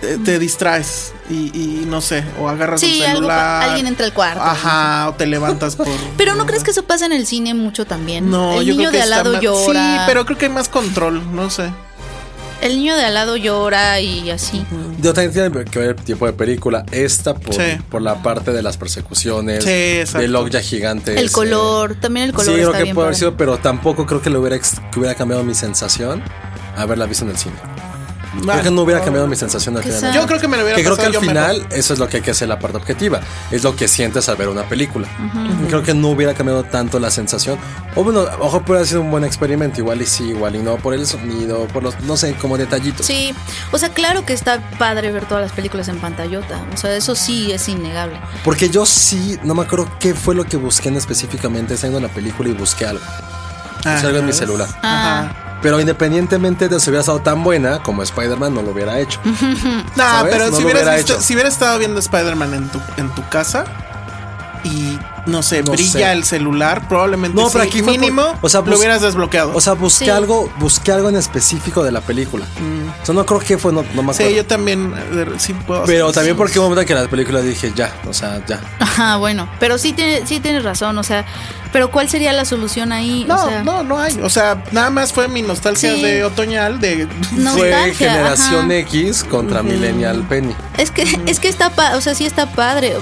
S5: eh, te distraes y, y no sé, o agarras
S6: Sí,
S5: un
S6: algo-
S5: celular. Ah.
S6: alguien entra al cuarto.
S5: Ajá, o te levantas por.
S6: [LAUGHS] Pero ¿no crees que eso pasa en el cine mucho también?
S5: No,
S6: el
S5: yo
S6: niño
S5: creo que
S6: de al
S5: está
S6: lado
S5: más-
S6: llora.
S5: Sí, pero creo que hay más control, no sé.
S6: El niño de al lado llora y así.
S3: Yo también tiene que ver el tipo de película. Esta por,
S5: Sí.
S3: por la parte de las persecuciones,
S5: Sí, exacto.
S3: de Loggia gigante.
S6: El
S3: ese.
S6: color, también el color
S3: sí,
S6: está
S3: creo que
S6: bien.
S3: puede haber
S6: padre.
S3: sido, pero tampoco creo que, lo hubiera, ex- que hubiera cambiado mi sensación haberla visto en el cine. creo que no hubiera cambiado mi sensación al
S6: Qué
S3: final.
S6: sad.
S5: Yo creo que me lo hubiera
S3: Que creo que
S5: pasado
S3: al
S5: yo
S3: final
S5: mejor.
S3: eso es lo que hay que hacer la parte objetiva. Es lo que sientes al ver una película. Creo que no hubiera cambiado tanto la sensación. O bueno, ojo, puede haber sido un buen experimento. Igual y sí, igual y no. Por el sonido, por los, no sé, como detallitos.
S6: Sí, o sea, claro que está padre ver todas las películas en pantallota. O sea, eso sí es innegable.
S3: Porque yo sí, no me acuerdo qué fue lo que busqué en específicamente. Estaba viendo la película y busqué algo.
S5: Ah,
S3: Busqué algo en mi
S5: ¿ves?
S3: celular.
S6: Ah,
S3: Pero independientemente de si hubiera estado tan buena como Spider-Man, no lo hubiera hecho.
S5: No,
S3: ¿Sabes?
S5: pero
S3: No
S5: si,
S3: lo
S5: hubieras
S3: hubiera
S5: visto-
S3: hecho.
S5: si hubieras estado viendo Spider-Man en tu, en tu casa y no sé,
S3: No
S5: brilla
S3: sé.
S5: el celular, probablemente
S3: No,
S5: sí,
S3: pero aquí fue por-
S5: mínimo
S3: o sea,
S5: lo
S3: bus-
S5: hubieras desbloqueado.
S3: O sea, busqué
S6: Sí.
S3: algo, busqué algo en específico de la película. O sea, no creo que fue, no, no más.
S5: Mm. sí, yo también eh, sí puedo.
S3: Pero
S5: hacer
S3: también
S5: eso.
S3: porque hubo un momento en que la película dije, ya, o sea, ya.
S6: ajá, bueno, pero sí, tiene- sí tienes razón. O sea, pero ¿cuál sería la solución ahí?
S5: No,
S6: o sea,
S5: no, no hay. O sea, nada más fue mi nostalgia
S6: Sí.
S5: de otoñal de
S3: fue
S6: Nostalgia,
S3: generación
S6: ajá.
S3: X contra Millennial Penny.
S6: Es que, es que está, pa- o sea, sí está padre.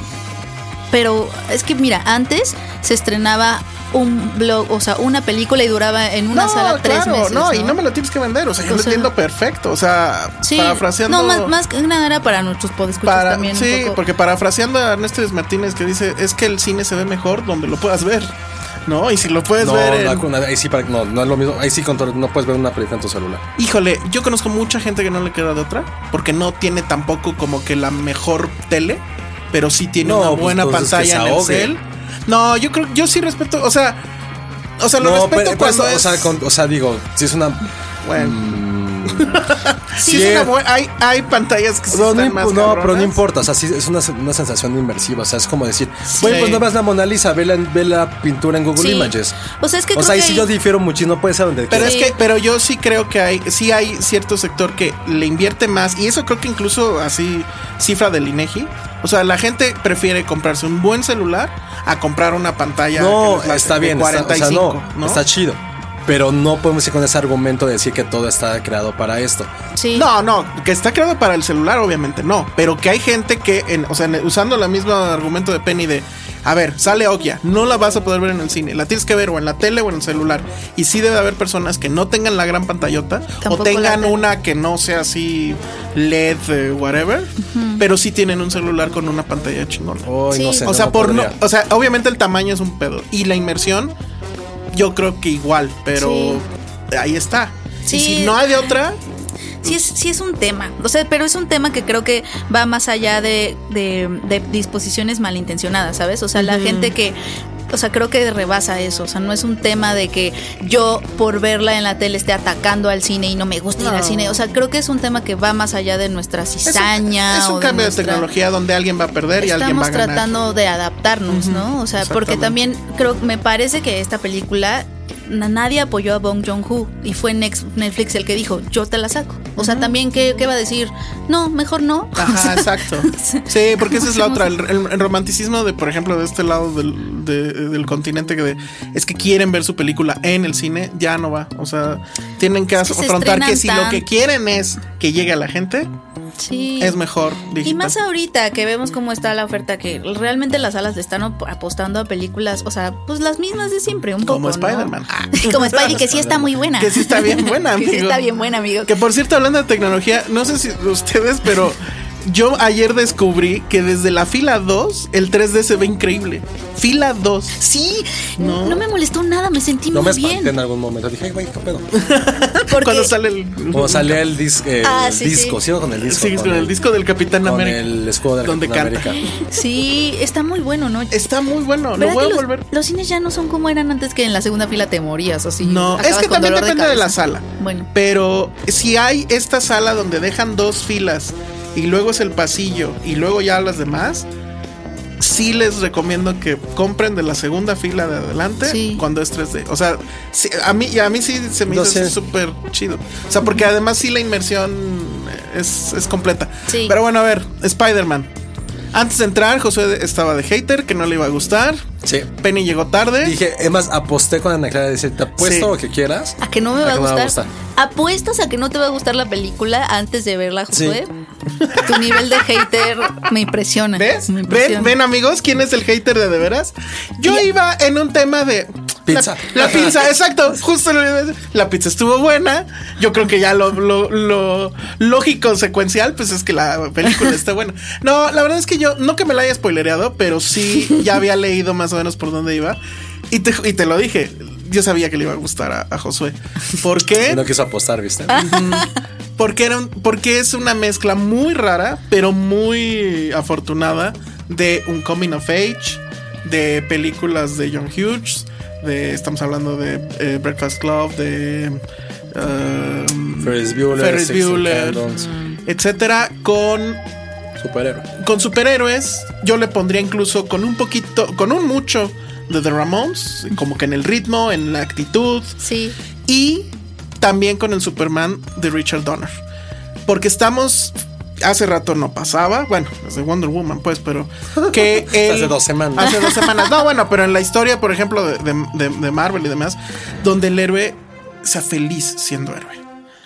S6: Pero es que mira, antes se estrenaba un blog, o sea, una película y duraba en una
S5: [LAUGHS] no,
S6: sala tres
S5: claro,
S6: meses.
S5: no,
S6: No,
S5: y no me lo tienes que vender. O sea, yo
S6: O
S5: lo
S6: sea-
S5: entiendo perfecto. O sea,
S6: Sí,
S5: parafraseando.
S6: no, más, más que nada era para nuestros podescuchas
S5: para,
S6: Pues también. un
S5: sí,
S6: poco.
S5: porque parafraseando a Ernesto Martínez que dice es que el cine se ve mejor donde lo puedas ver, ¿no? Y si lo puedes
S3: No,
S5: ver,
S3: la-
S5: en-
S3: una- ahí sí, para- no, no es lo mismo. Ahí sí, control- no puedes ver una película en tu celular.
S5: híjole, yo conozco mucha gente que no le queda de otra porque no tiene tampoco como que la mejor tele, pero sí tiene
S3: No,
S5: una
S3: pues,
S5: buena
S3: entonces, que
S5: pantalla
S3: se
S5: en el
S3: ahogue.
S5: cel. No, yo creo, yo sí respeto, o sea, o sea, lo
S3: no,
S5: respeto
S3: pero-
S5: cuando
S3: pero,
S5: es,
S3: o, sea, con- o sea, digo, si es una.
S5: bueno, [LAUGHS] sí,
S3: sí.
S5: es una buena- hay, hay pantallas que sí
S3: No, no,
S5: están
S3: imp-
S5: más
S3: no, pero no
S5: cabronas.
S3: importa. O sea, sí, es una, una sensación inmersiva. O sea, es como decir, bueno, pues no veas la Mona Lisa, ve la, ve la pintura en Google
S6: Sí.
S3: Images.
S6: O sea, es que
S3: o
S6: creo
S3: sea, ahí
S6: que
S3: sí
S6: ahí-
S3: yo difiero mucho. y No puede ser donde
S5: Pero
S3: quieras.
S6: Sí.
S5: es que, pero yo sí creo que hay, sí hay cierto sector que le invierte más, y eso creo que incluso así, cifra del INEGI. O sea, la gente prefiere comprarse un buen celular a comprar una pantalla.
S3: No,
S5: que les late
S3: está
S5: de
S3: bien, está- o sea,
S5: 45,
S3: no, está chido. Pero no podemos ir con ese argumento de decir que todo está creado para esto.
S6: Sí.
S5: No, no, que está creado para el celular, obviamente no, pero que hay gente que, en- o sea, en- usando el mismo argumento de Penny de, a ver, sale Okia, no la vas a poder ver en el cine, la tienes que ver o en la tele o en el celular, y sí debe de haber personas que no tengan la gran pantallota
S6: Tampoco
S5: o
S6: la
S5: tengan
S6: tele.
S5: una que no sea así LED, eh, whatever, pero sí tienen un celular con una pantalla chingona.
S3: Ay,
S6: Sí.
S3: no sé,
S5: o sea,
S3: no
S5: por no-
S3: podría.
S5: o sea, obviamente el tamaño es un pedo y la inmersión, yo creo que igual, pero ahí está.
S6: Sí.
S5: Y si no hay de otra,
S6: sí es, sí es un tema. O sea, pero es un tema que creo que va más allá de, de- de disposiciones malintencionadas, ¿sabes? O sea, la gente que. O sea, creo que rebasa eso. O sea, no es un tema de que yo por verla en la tele esté atacando al cine y no me gusta ir al cine. O sea, creo que es un tema que va más allá de nuestra
S5: Es un-
S6: cizaña.
S5: Es un,
S6: o
S5: cambio de
S6: nuestra-
S5: tecnología donde alguien va a perder y alguien va
S6: Estamos
S5: a ganar.
S6: tratando de adaptarnos, ¿no? O sea, porque
S5: exactamente.
S6: también creo, me parece que esta película na- nadie apoyó a Bong Joon-ho y fue Nex- Netflix el que dijo, yo te la saco. O sea, también, ¿qué, qué va a decir? No, mejor no.
S5: Ajá, exacto.
S6: [LAUGHS]
S5: Sí, porque esa es la otra. El, el- el romanticismo de, por ejemplo, de este lado del, de- del continente que de- es que quieren ver su película en el cine, ya no va. O sea, tienen que
S6: Es que se
S5: afrontar que
S6: estrenan
S5: si
S6: tan-
S5: lo que quieren es que llegue a la gente,
S6: Sí.
S5: es mejor digital.
S6: Y más ahorita que vemos cómo está la oferta, que realmente las salas le están op- apostando a películas, o sea, pues las mismas de siempre, un
S5: Como
S6: poco. ¿no? [LAUGHS]
S5: Spider-Man. Ah. [LAUGHS]
S6: Como Spider, que sí está muy buena.
S5: Que sí está bien
S6: [LAUGHS]
S5: buena,
S6: que sí
S5: amigo.
S6: está bien buena, amigo.
S5: Que por cierto, hablando de tecnología, no sé si ustedes,
S6: [LAUGHS]
S5: pero yo ayer descubrí que desde la fila 2 el 3D se ve increíble. Fila 2.
S6: Sí,
S5: No.
S6: no. me molestó nada, me sentí
S3: No me
S6: muy
S3: espanté en
S6: bien.
S3: algún momento. Dije, "Ay, güey, qué pedo.
S6: Porque
S5: Cuando sale el.
S3: Cuando salía el, dis- eh,
S6: Ah,
S3: el
S6: sí, sí.
S3: disco, sigo con el
S5: [LAUGHS]
S3: disco.
S5: Sí, con el disco del Capitán
S3: Con
S5: América.
S3: el escudo del
S5: Donde
S3: Capitán
S5: canta.
S3: América.
S6: Sí, está muy bueno, ¿no?
S5: Está muy bueno, Eh, lo
S6: ¿Verdad
S5: voy
S6: que
S5: a
S6: los, Mm,
S5: volver.
S6: los cines ya no son como eran antes que en la segunda fila te morías o sí.
S5: No, es que también depende de, la sala.
S6: Bueno.
S5: Pero si hay esta sala donde dejan dos filas y luego es el pasillo y luego ya las demás, sí les recomiendo que compren de la segunda fila de adelante
S6: Sí.
S5: cuando es 3D. O sea, sí, a mí y a mí sí se me
S3: No
S5: hizo
S3: sé.
S5: así súper chido. O sea, porque además sí la inmersión eh, es, es completa.
S6: Sí.
S5: Pero bueno, a ver, Spider-Man. Antes de entrar, Josué estaba de hater, que no le iba a gustar.
S3: Sí.
S5: Penny llegó tarde.
S3: Dije, es más, aposté con Ana Clara. Dice, te apuesto
S5: Sí.
S3: lo que quieras.
S6: A que no me va a
S3: que no
S6: gustar.
S3: me
S6: Apuestas a que no te va a gustar la película antes de verla, Josué. Tu nivel de hater me impresiona.
S5: ¿Ves?
S6: Me
S5: ¿Ven,
S6: impresiona.
S5: ven, amigos, quién es el hater de de veras? Yo iba en un tema de.
S3: Pizza.
S5: La, la pizza, exacto. Justo lo iba a decir. la pizza estuvo buena. Yo creo que ya lo, lo- lo lógico secuencial, pues es que la película está buena. No, la verdad es que yo, no que me la haya spoilereado, pero sí ya había leído más o menos por dónde iba. Y te, y te lo dije. Yo sabía que le iba a gustar a, a Josué. ¿Por
S6: ¿eh?
S5: qué?
S3: [LAUGHS] Y no quiso apostar, ¿viste?
S6: Ah.
S5: Porque, era un- porque es una mezcla muy rara, pero muy afortunada, de un coming of age, de películas de John Hughes, de estamos hablando de eh, Breakfast Club, de um,
S3: Ferris Bueller.
S5: Ferris
S3: Sixteen
S5: Bueller, mm,
S3: Candles,
S5: etcétera, con
S3: Superhéroe.
S5: con superhéroes, yo le pondría incluso con un poquito, con un mucho de The Ramones, como que en el ritmo, en la actitud,
S6: Sí.
S5: y también con el Superman de Richard Donner. Porque estamos. Hace rato no pasaba, bueno, desde Wonder Woman, pues, pero que él-
S3: [LAUGHS] Hace dos semanas.
S5: Hace dos semanas. No, bueno, pero en la historia, por ejemplo, de, de- de- de Marvel y demás, donde el héroe sea feliz siendo héroe.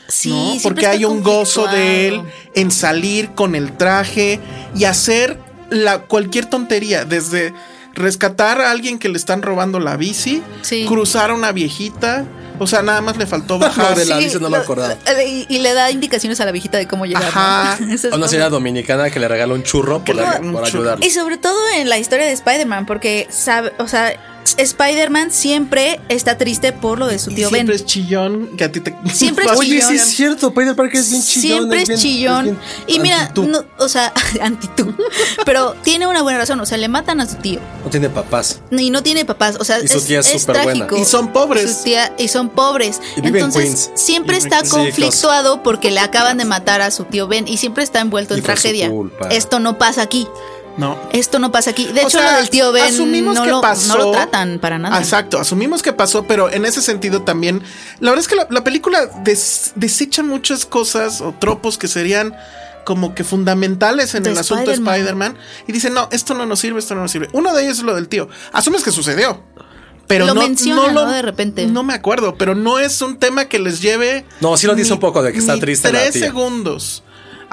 S6: Sí,
S5: ¿no?
S6: siempre
S5: Porque
S6: está
S5: hay un gozo de él
S6: conflictuado.
S5: en salir con el traje y hacer la, cualquier tontería, desde rescatar a alguien que le están robando la bici,
S6: Sí.
S5: cruzar a una viejita, o sea, nada más le faltó
S3: Lo
S6: [LAUGHS]
S5: bajar.
S3: de la bici no me acordaba.
S6: Y, y le da indicaciones a la viejita de cómo llegar.
S5: Ajá.
S6: ¿no? [LAUGHS] Eso es
S3: A una
S6: lo-
S3: señora dominicana que le regaló un churro por, la-
S5: Claro,
S3: por
S5: un churro.
S3: ayudarle.
S7: Y sobre todo en la historia de Spider-Man, porque sabe, o sea, Spider-Man siempre está triste por lo de su
S5: Y
S7: tío Ben.
S5: siempre es chillón que a ti te [LAUGHS]
S6: Siempre es
S3: Oye,
S6: chillón.
S3: sí es cierto. Peter Parker es bien chillón.
S6: Siempre es
S3: bien-
S6: chillón.
S3: bien
S6: y mira,
S3: anti-tú. no,
S6: no, o sea, [LAUGHS] anti tú. Pero tiene una buena razón. O sea, le matan a su tío.
S3: tiene papás.
S6: Y no tiene papás. O sea,
S3: Y su
S6: es,
S3: tía es
S6: es
S3: superbuena.
S6: trágico.
S5: Y son pobres.
S6: Su tía- y son pobres.
S3: Y vive en
S6: Entonces,
S3: Queens.
S6: siempre
S5: Y vive
S6: está
S5: en Queens.
S3: Sí, claro.
S6: conflictuado porque le acaban de matar a su tío Ben y siempre está envuelto
S3: Y
S6: en
S3: fue su
S6: tragedia.
S3: culpa.
S6: Esto no pasa aquí.
S5: No.
S6: Esto no pasa aquí. De
S5: O
S6: hecho,
S5: sea,
S6: lo del tío Ben
S5: asumimos
S6: no
S5: que
S6: lo,
S5: pasó.
S6: no lo tratan para nada.
S5: Exacto, asumimos que pasó, pero en ese sentido también, la verdad es que la, la película des- desecha muchas cosas o tropos que serían como que fundamentales en
S6: De
S5: el asunto de
S6: Spider-Man.
S5: Spider-Man y dicen, no, esto no nos sirve, esto no nos sirve. Uno de ellos es lo del tío. Asumes que sucedió. Pero
S6: Lo
S5: no,
S6: menciona,
S5: lo-
S6: ¿no? De repente.
S5: No me acuerdo, pero no es un tema que les lleve.
S3: No, sí lo dice un poco de que está
S5: ni
S3: triste la
S5: Tres
S3: tía.
S5: segundos.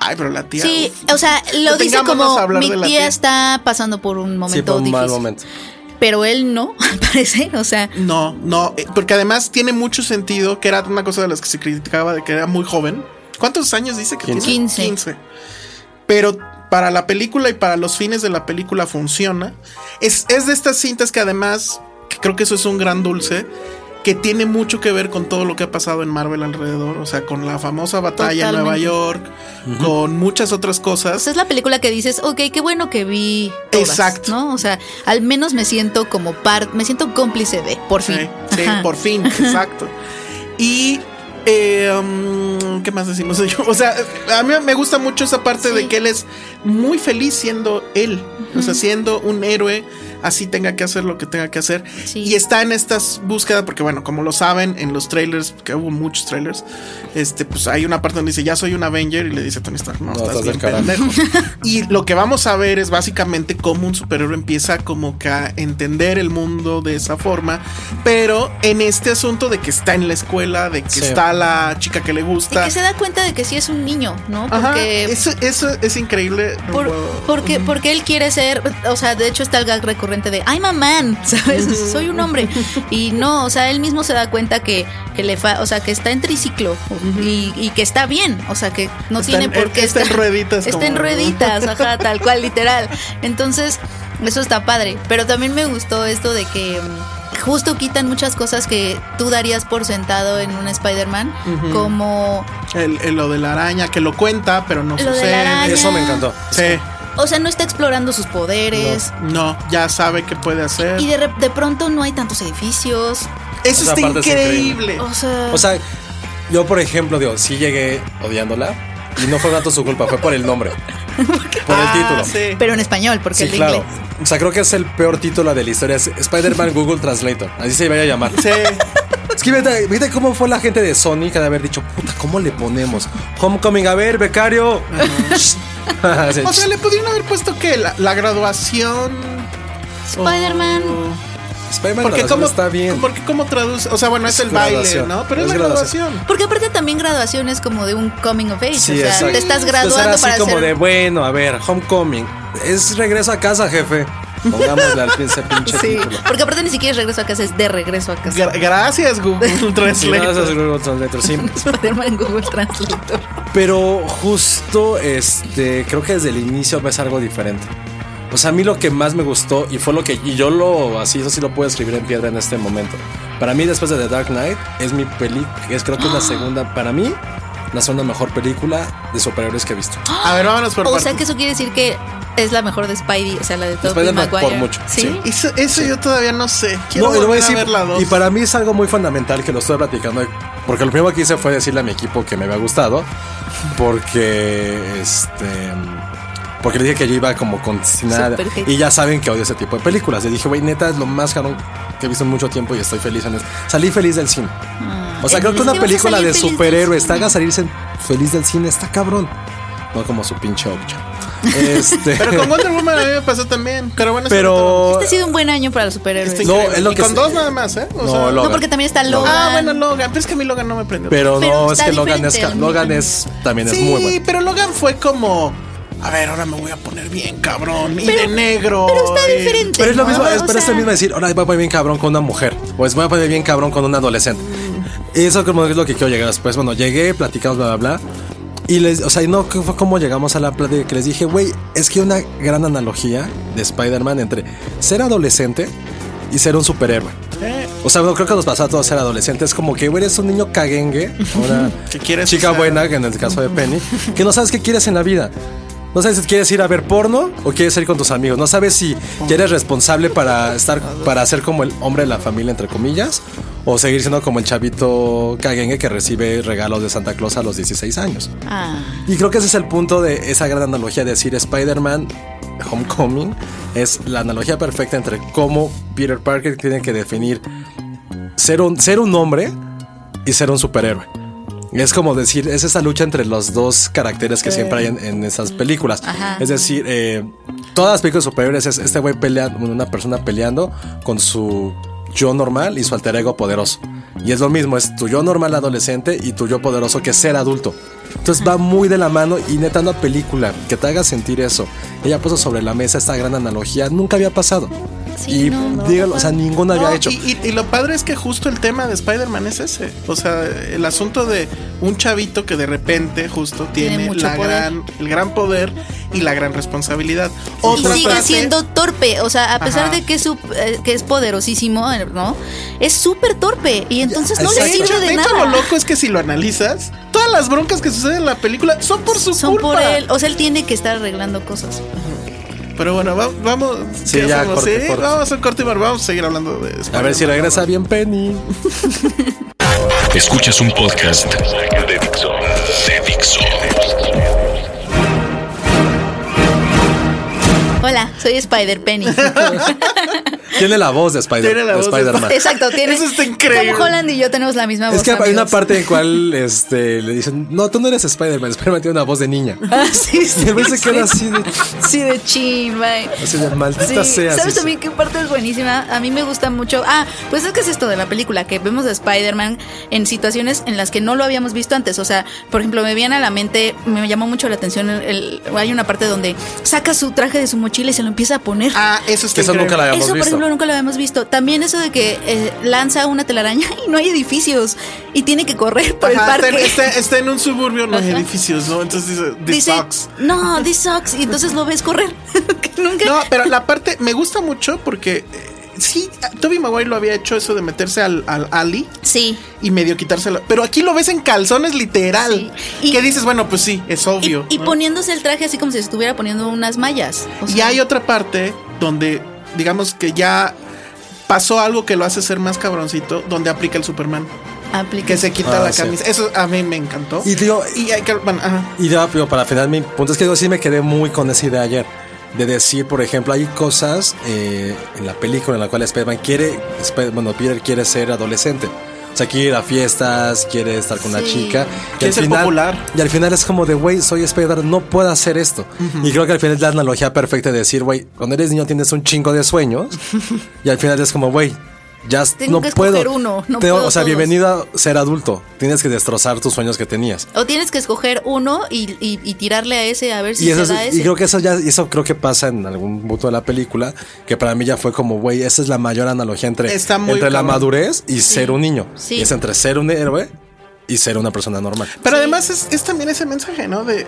S5: Ay, pero la tía.
S6: Sí,
S5: uf.
S6: o sea, lo dice
S5: Detengámonos
S6: como
S5: a hablar
S6: mi
S5: de
S6: tía,
S5: la tía".
S6: está pasando por un momento
S3: Sí, por un
S6: difícil.
S3: mal momento.
S6: Pero él no, [LAUGHS] al parecer. O sea,
S5: No, no, eh, porque además tiene mucho sentido que era una cosa de las que se criticaba de que era muy joven. ¿Cuántos años dice que
S3: 15.
S5: tiene?
S6: 15.
S5: Pero para la película y para los fines de la película funciona. Es, es de estas cintas que además, que creo que eso es un gran dulce, que tiene mucho que ver con todo lo que ha pasado en Marvel alrededor, o sea, con la famosa batalla en Nueva
S6: Totalmente.
S5: York, con muchas otras
S6: o
S5: cosas.
S6: sea, pues es la película que dices, ok, qué bueno que vi. todas",
S5: Exacto.
S6: ¿no? O sea, al menos me siento como parte, me siento cómplice de, por fin.
S5: Sí, sí,
S6: Ajá. [LAUGHS]
S5: por fin, exacto. Y. eh, um, ¿Qué más decimos? [LAUGHS] O sea, a mí me gusta mucho esa parte
S6: Sí.
S5: de que él es muy feliz siendo él, o sea, siendo un héroe, así tenga que hacer lo que tenga que hacer.
S6: Sí.
S5: Y está en estas búsquedas, porque bueno, como lo saben, en los trailers, que hubo muchos trailers, este, pues hay una parte donde dice, ya soy un Avenger, y le dice a Tony Stark,
S3: No,
S5: no, estás,
S3: estás del
S5: bien
S3: carajo".
S5: pendejo.
S3: [LAUGHS]
S5: Y lo que vamos a ver es básicamente cómo un superhéroe empieza como que a entender el mundo de esa forma, pero en este asunto de que está en la escuela, de que
S3: Sí.
S5: está la chica que le
S6: Y
S5: gusta.
S6: que se da cuenta de que sí es un niño, ¿no? Porque.
S5: Ajá, eso, eso es increíble.
S6: por-
S5: Wow.
S6: porque, porque él quiere ser, o sea, de hecho está el gag recurrente de I'm a man, [LAUGHS] ¿sabes? Soy un hombre. Y no, o sea, él mismo se da cuenta que, que le fa, o sea, que está en triciclo y, y que está bien, o sea, que no
S5: Está
S6: tiene
S5: en-
S6: por qué
S5: está en
S6: estar-
S5: rueditas,
S6: Está
S5: como-
S6: en
S5: [LAUGHS]
S6: rueditas, ajá, tal cual, literal. Entonces, eso está padre. Pero también me gustó esto de que mm, justo quitan muchas cosas que tú darías por sentado en un Spider-Man, como
S5: El- el- lo de la araña que lo cuenta, pero no
S6: Lo de la
S5: sucede.
S6: araña.
S3: Eso me encantó.
S5: Sí,
S6: O sea, no está explorando sus poderes.
S5: no, ya sabe qué puede hacer.
S6: Y de, rep- de pronto no hay tantos edificios.
S5: Eso
S3: Esa
S5: está
S3: parte es
S5: increíble.
S6: O sea,
S3: Eh, O sea, yo por ejemplo, digo, sí llegué odiándola y no fue tanto su culpa, fue por el
S6: [LAUGHS]
S3: nombre. Por el
S5: Ah,
S3: título.
S5: sí.
S6: pero en español, porque
S3: eh, Sí,
S6: el de
S3: claro.
S6: inglés.
S3: O sea, creo que es el peor título de la historia. Es Spider-Man Google Translator. Así se iba a llamar.
S5: Sí.
S3: Es que vete, vete cómo fue la gente de Sonic de haber dicho, puta, ¿cómo le ponemos? Homecoming, a ver, becario. [LAUGHS] Sí.
S5: O sea, le pudieron haber puesto que la, la graduación.
S6: Spider-Man.
S5: O-
S3: Spider-Man
S5: Porque
S3: Graduación
S5: como
S3: está bien.
S5: Porque como traduce, o sea, bueno, es,
S3: Es
S5: el baile,
S3: graduación.
S5: ¿no? Pero es,
S3: Es
S5: la
S3: graduación.
S5: graduación.
S6: Porque aparte también graduación es como de un coming of age.
S3: Sí,
S6: o sea,
S3: exacto.
S6: te estás
S3: Entonces
S6: graduando
S3: era así
S6: para
S3: como
S6: ser.
S3: de, bueno, a ver, Homecoming. Es regreso a casa,
S6: [LAUGHS]
S3: jefe. Pongámosle al pie ese pinche
S6: Sí,
S3: título.
S6: porque aparte ni siquiera es regreso a casa, es de regreso a casa.
S5: Gra- gracias, Google [LAUGHS]
S3: Sí, no,
S5: Translate.
S3: esas Google Translator, sí.
S6: [LAUGHS] Spider-Man Google Translator.
S3: Pero justo este, creo que desde el inicio es algo diferente. O sea, a mí lo que más me gustó y fue lo que y yo lo así eso sí lo puedo escribir en piedra en este momento. Para mí después de The Dark Knight es mi peli es creo que
S6: Ah.
S3: es la segunda para mí la segunda mejor película de superhéroes que he visto.
S5: A ver, vámonos por
S6: O
S5: partes.
S6: sea que eso quiere decir que es la mejor de Spidey, o sea, la de Tobey
S3: Spider-Man
S6: Maguire.
S3: por mucho,
S6: ¿Sí?
S3: sí.
S5: Eso, eso yo todavía no sé. Quiero
S3: y lo
S5: volver a, ver la dos.
S3: y para mí es algo muy fundamental que lo estoy platicando porque lo primero que hice fue decirle a mi equipo que me había gustado porque este porque le dije que yo iba como con sin nada
S6: Super hate.
S3: y ya saben que odio ese tipo de películas. Le dije, güey, neta es lo más caro que he visto en mucho tiempo y estoy feliz en eso. Salí feliz del cine. O sea,
S6: es
S3: creo que una
S6: Eh, que vas a
S3: película
S6: salir
S3: de
S6: feliz del
S3: superhéroes te
S6: cine.
S3: haga salirse feliz del cine, está cabrón. No como su pinche Ocha. Este,
S5: Pero con Wonder Woman a mí me pasó también. Pero bueno, eso ahorita
S3: [LAUGHS] pero
S6: Este ha sido un buen año para los superhéroes.
S5: Está
S3: No, Este
S5: increíble.
S3: es lo
S5: Y
S3: que
S5: con
S3: se-
S5: dos nada más, ¿eh? O
S3: No,
S5: sea-
S3: lo-
S6: No, porque también está Logan.
S5: Ah, bueno, Logan. Pero es que a mí Logan no me prendió.
S3: pero no,
S6: Pero
S3: es
S6: está
S3: que Logan es,
S6: diferente,
S3: ca- Logan es también es
S5: sí,
S3: muy bueno.
S5: pero Logan fue como. A ver, ahora me voy a poner bien cabrón. Y de negro.
S6: Pero está
S5: y-
S6: diferente.
S3: Pero es lo
S6: ¿no?
S3: mismo, es,
S6: O
S3: pero es lo
S6: sea,
S3: mismo decir, ahora me voy a poner bien cabrón con una mujer, o es me voy a poner bien cabrón con un adolescente.
S6: Mm.
S3: Eso como es lo que quiero llegar después. Bueno, llegué, platicamos, bla, bla, bla. Y les, o sea, y no que fue como llegamos a la plática que les dije, güey, es que hay una gran analogía de Spider-Man entre ser adolescente y ser un superhéroe. O sea, no creo que nos pasa a todos ser adolescentes. Como que güey, eres un niño caguengue, una
S5: Que quieres
S3: chica
S5: usar.
S3: buena, que en el caso de Penny, que no sabes qué quieres en la vida. No sabes si quieres ir a ver porno o quieres ir con tus amigos. No sabes si ya eres responsable para estar, para ser como el hombre de la familia, entre comillas, o seguir siendo como el chavito caguengue que recibe regalos de Santa Claus a los 16 años.
S6: Ah,
S3: Y creo que ese es el punto de esa gran analogía de decir Spider-Man Homecoming es la analogía perfecta entre cómo Peter Parker tiene que definir ser un, ser un hombre y ser un superhéroe. Es como decir, es esa lucha entre los dos caracteres que siempre hay en, en esas películas.
S6: Ajá.
S3: Es decir, eh, todas las películas de superhéroes es este güey pelea, una persona peleando con su yo normal y su alter ego poderoso. Y es lo mismo, es tu yo normal adolescente y tu yo poderoso que es ser adulto. Entonces va muy de la mano y neta una película que te haga sentir eso. Ella puso sobre la mesa esta gran analogía, nunca había pasado.
S6: Sí,
S3: y
S6: no, no.
S3: dígalo, o sea, ninguna
S5: No,
S3: había hecho.
S5: Y, y- y lo padre es que justo el tema de Spider-Man es ese. O sea, el asunto de un chavito que de repente justo tiene,
S6: Tiene mucho
S5: la
S6: poder.
S5: gran, el gran poder y la gran responsabilidad.
S6: y sigue siendo torpe, o sea, a pesar
S5: Ajá.
S6: de que es, su- eh, que es poderosísimo, eh, ¿no? Es súper torpe y entonces no le
S5: de hecho,
S6: sirve de,
S5: de hecho,
S6: nada.
S5: lo loco es que si lo analizas, todas las broncas que suceden en la película son por su
S6: Son
S5: culpa.
S6: por él, o sea, él tiene que estar arreglando cosas.
S5: Pero bueno, va- vamos.
S3: Sí,
S5: ¿qué
S3: ya,
S5: hacemos?
S3: corte,
S5: Sí,
S3: corte.
S5: Vamos a un corte y bar- vamos a seguir hablando de
S3: A ver si
S5: Spider-Man.
S3: regresa bien Penny.
S2: Escuchas un podcast de Dixo. De Dixo.
S6: Hola, soy Spider
S3: [LAUGHS]
S6: Penny.
S3: Tiene la voz de Spider-
S5: Tiene la voz de
S3: Spider-Man.
S6: [LAUGHS] Exacto, tiene.
S5: Eso está increíble.
S6: Tom Holland y yo tenemos la misma voz.
S3: Es que hay
S6: amigos.
S3: una parte en cual este, le dicen, no, tú no eres Spider-Man, [LAUGHS] Spider-Man tiene una voz de niña.
S6: Ah, [LAUGHS] sí, sí.
S3: [LAUGHS] Y a veces
S6: sí.
S3: queda así de,
S6: Sí, de chin, bye.
S3: así de, maldita
S6: Sí,
S3: sea.
S6: ¿Sabes
S3: sí,
S6: a mí qué parte es buenísima? A mí me gusta mucho. Ah, pues es que es esto de la película, que vemos a Spider-Man en situaciones en las que no lo habíamos visto antes. O sea, por ejemplo, me viene a la mente, me llamó mucho la atención. el- el- hay una parte donde saca su traje de su mochila y se lo empieza a poner.
S5: Ah, eso
S3: Que
S5: está
S3: eso
S5: increíble.
S3: nunca la habíamos
S6: Eso, por
S3: visto.
S6: ejemplo, nunca lo habíamos visto. También eso de que eh, lanza una telaraña [LAUGHS] y no hay edificios y tiene que correr por
S5: Ajá,
S6: el
S5: este está, en,
S6: parque.
S5: está- está en un suburbio, no hay
S6: Ajá.
S5: edificios, ¿no? Entonces dice, "This
S6: Dice,
S5: sucks".
S6: no, this sucks. Y entonces lo ves correr. [LAUGHS] Que nunca.
S5: No, pero la parte me gusta mucho porque eh, sí, Toby Maguire lo había hecho eso de meterse al, al Ali
S6: Sí.
S5: y medio quitárselo. Pero aquí lo ves en calzones literal.
S6: Sí. Y-
S5: que dices, bueno, pues sí, es
S6: Y,
S5: obvio.
S6: y
S5: ¿no?
S6: poniéndose el traje así como si estuviera poniendo unas mallas. O
S5: y
S6: sea,
S5: hay otra parte donde, digamos que ya pasó algo que lo hace ser más cabroncito, donde aplica el Superman,
S6: aplica.
S5: que se quita
S3: Ah,
S5: la
S3: sí.
S5: camisa. Eso a mí me encantó.
S3: Y digo,
S5: Y hay que, bueno, ajá.
S3: Y ya, pero para final, mi punto es que yo sí me quedé muy con esa idea ayer. De decir, por ejemplo, hay cosas eh, en la película en la cual Spider-Man quiere, Spider- bueno, Peter quiere ser adolescente. O sea, quiere ir a fiestas, quiere estar con una
S6: Sí.
S3: chica. Y
S5: Quiere
S3: al
S5: ser
S3: final,
S5: popular.
S3: Y al final es como de, güey, soy Spider-Man, no puedo hacer esto. Y creo que al final es la analogía perfecta de decir, güey, cuando eres niño tienes un chingo de
S5: [LAUGHS]
S3: sueños. y al final es como, güey, ya
S6: Tengo
S3: no
S6: que escoger
S3: puedo.
S6: uno,
S3: Tengo-
S6: no puedo
S3: o sea,
S6: todos.
S3: bienvenido a ser adulto. Tienes que destrozar tus sueños que tenías.
S6: O tienes que escoger uno y, y- y tirarle a ese a ver si
S3: Y, eso
S6: se da
S3: es- y
S6: ese.
S3: creo que eso ya, y eso creo que pasa en algún punto de la película, que para mí ya fue como, güey, esa es la mayor analogía entre,
S5: Está muy
S3: entre la
S5: cabrón.
S3: madurez y ser un niño.
S6: Sí.
S3: Y Es entre ser un héroe y ser una persona normal.
S5: Pero además es, es también ese mensaje, ¿no? De,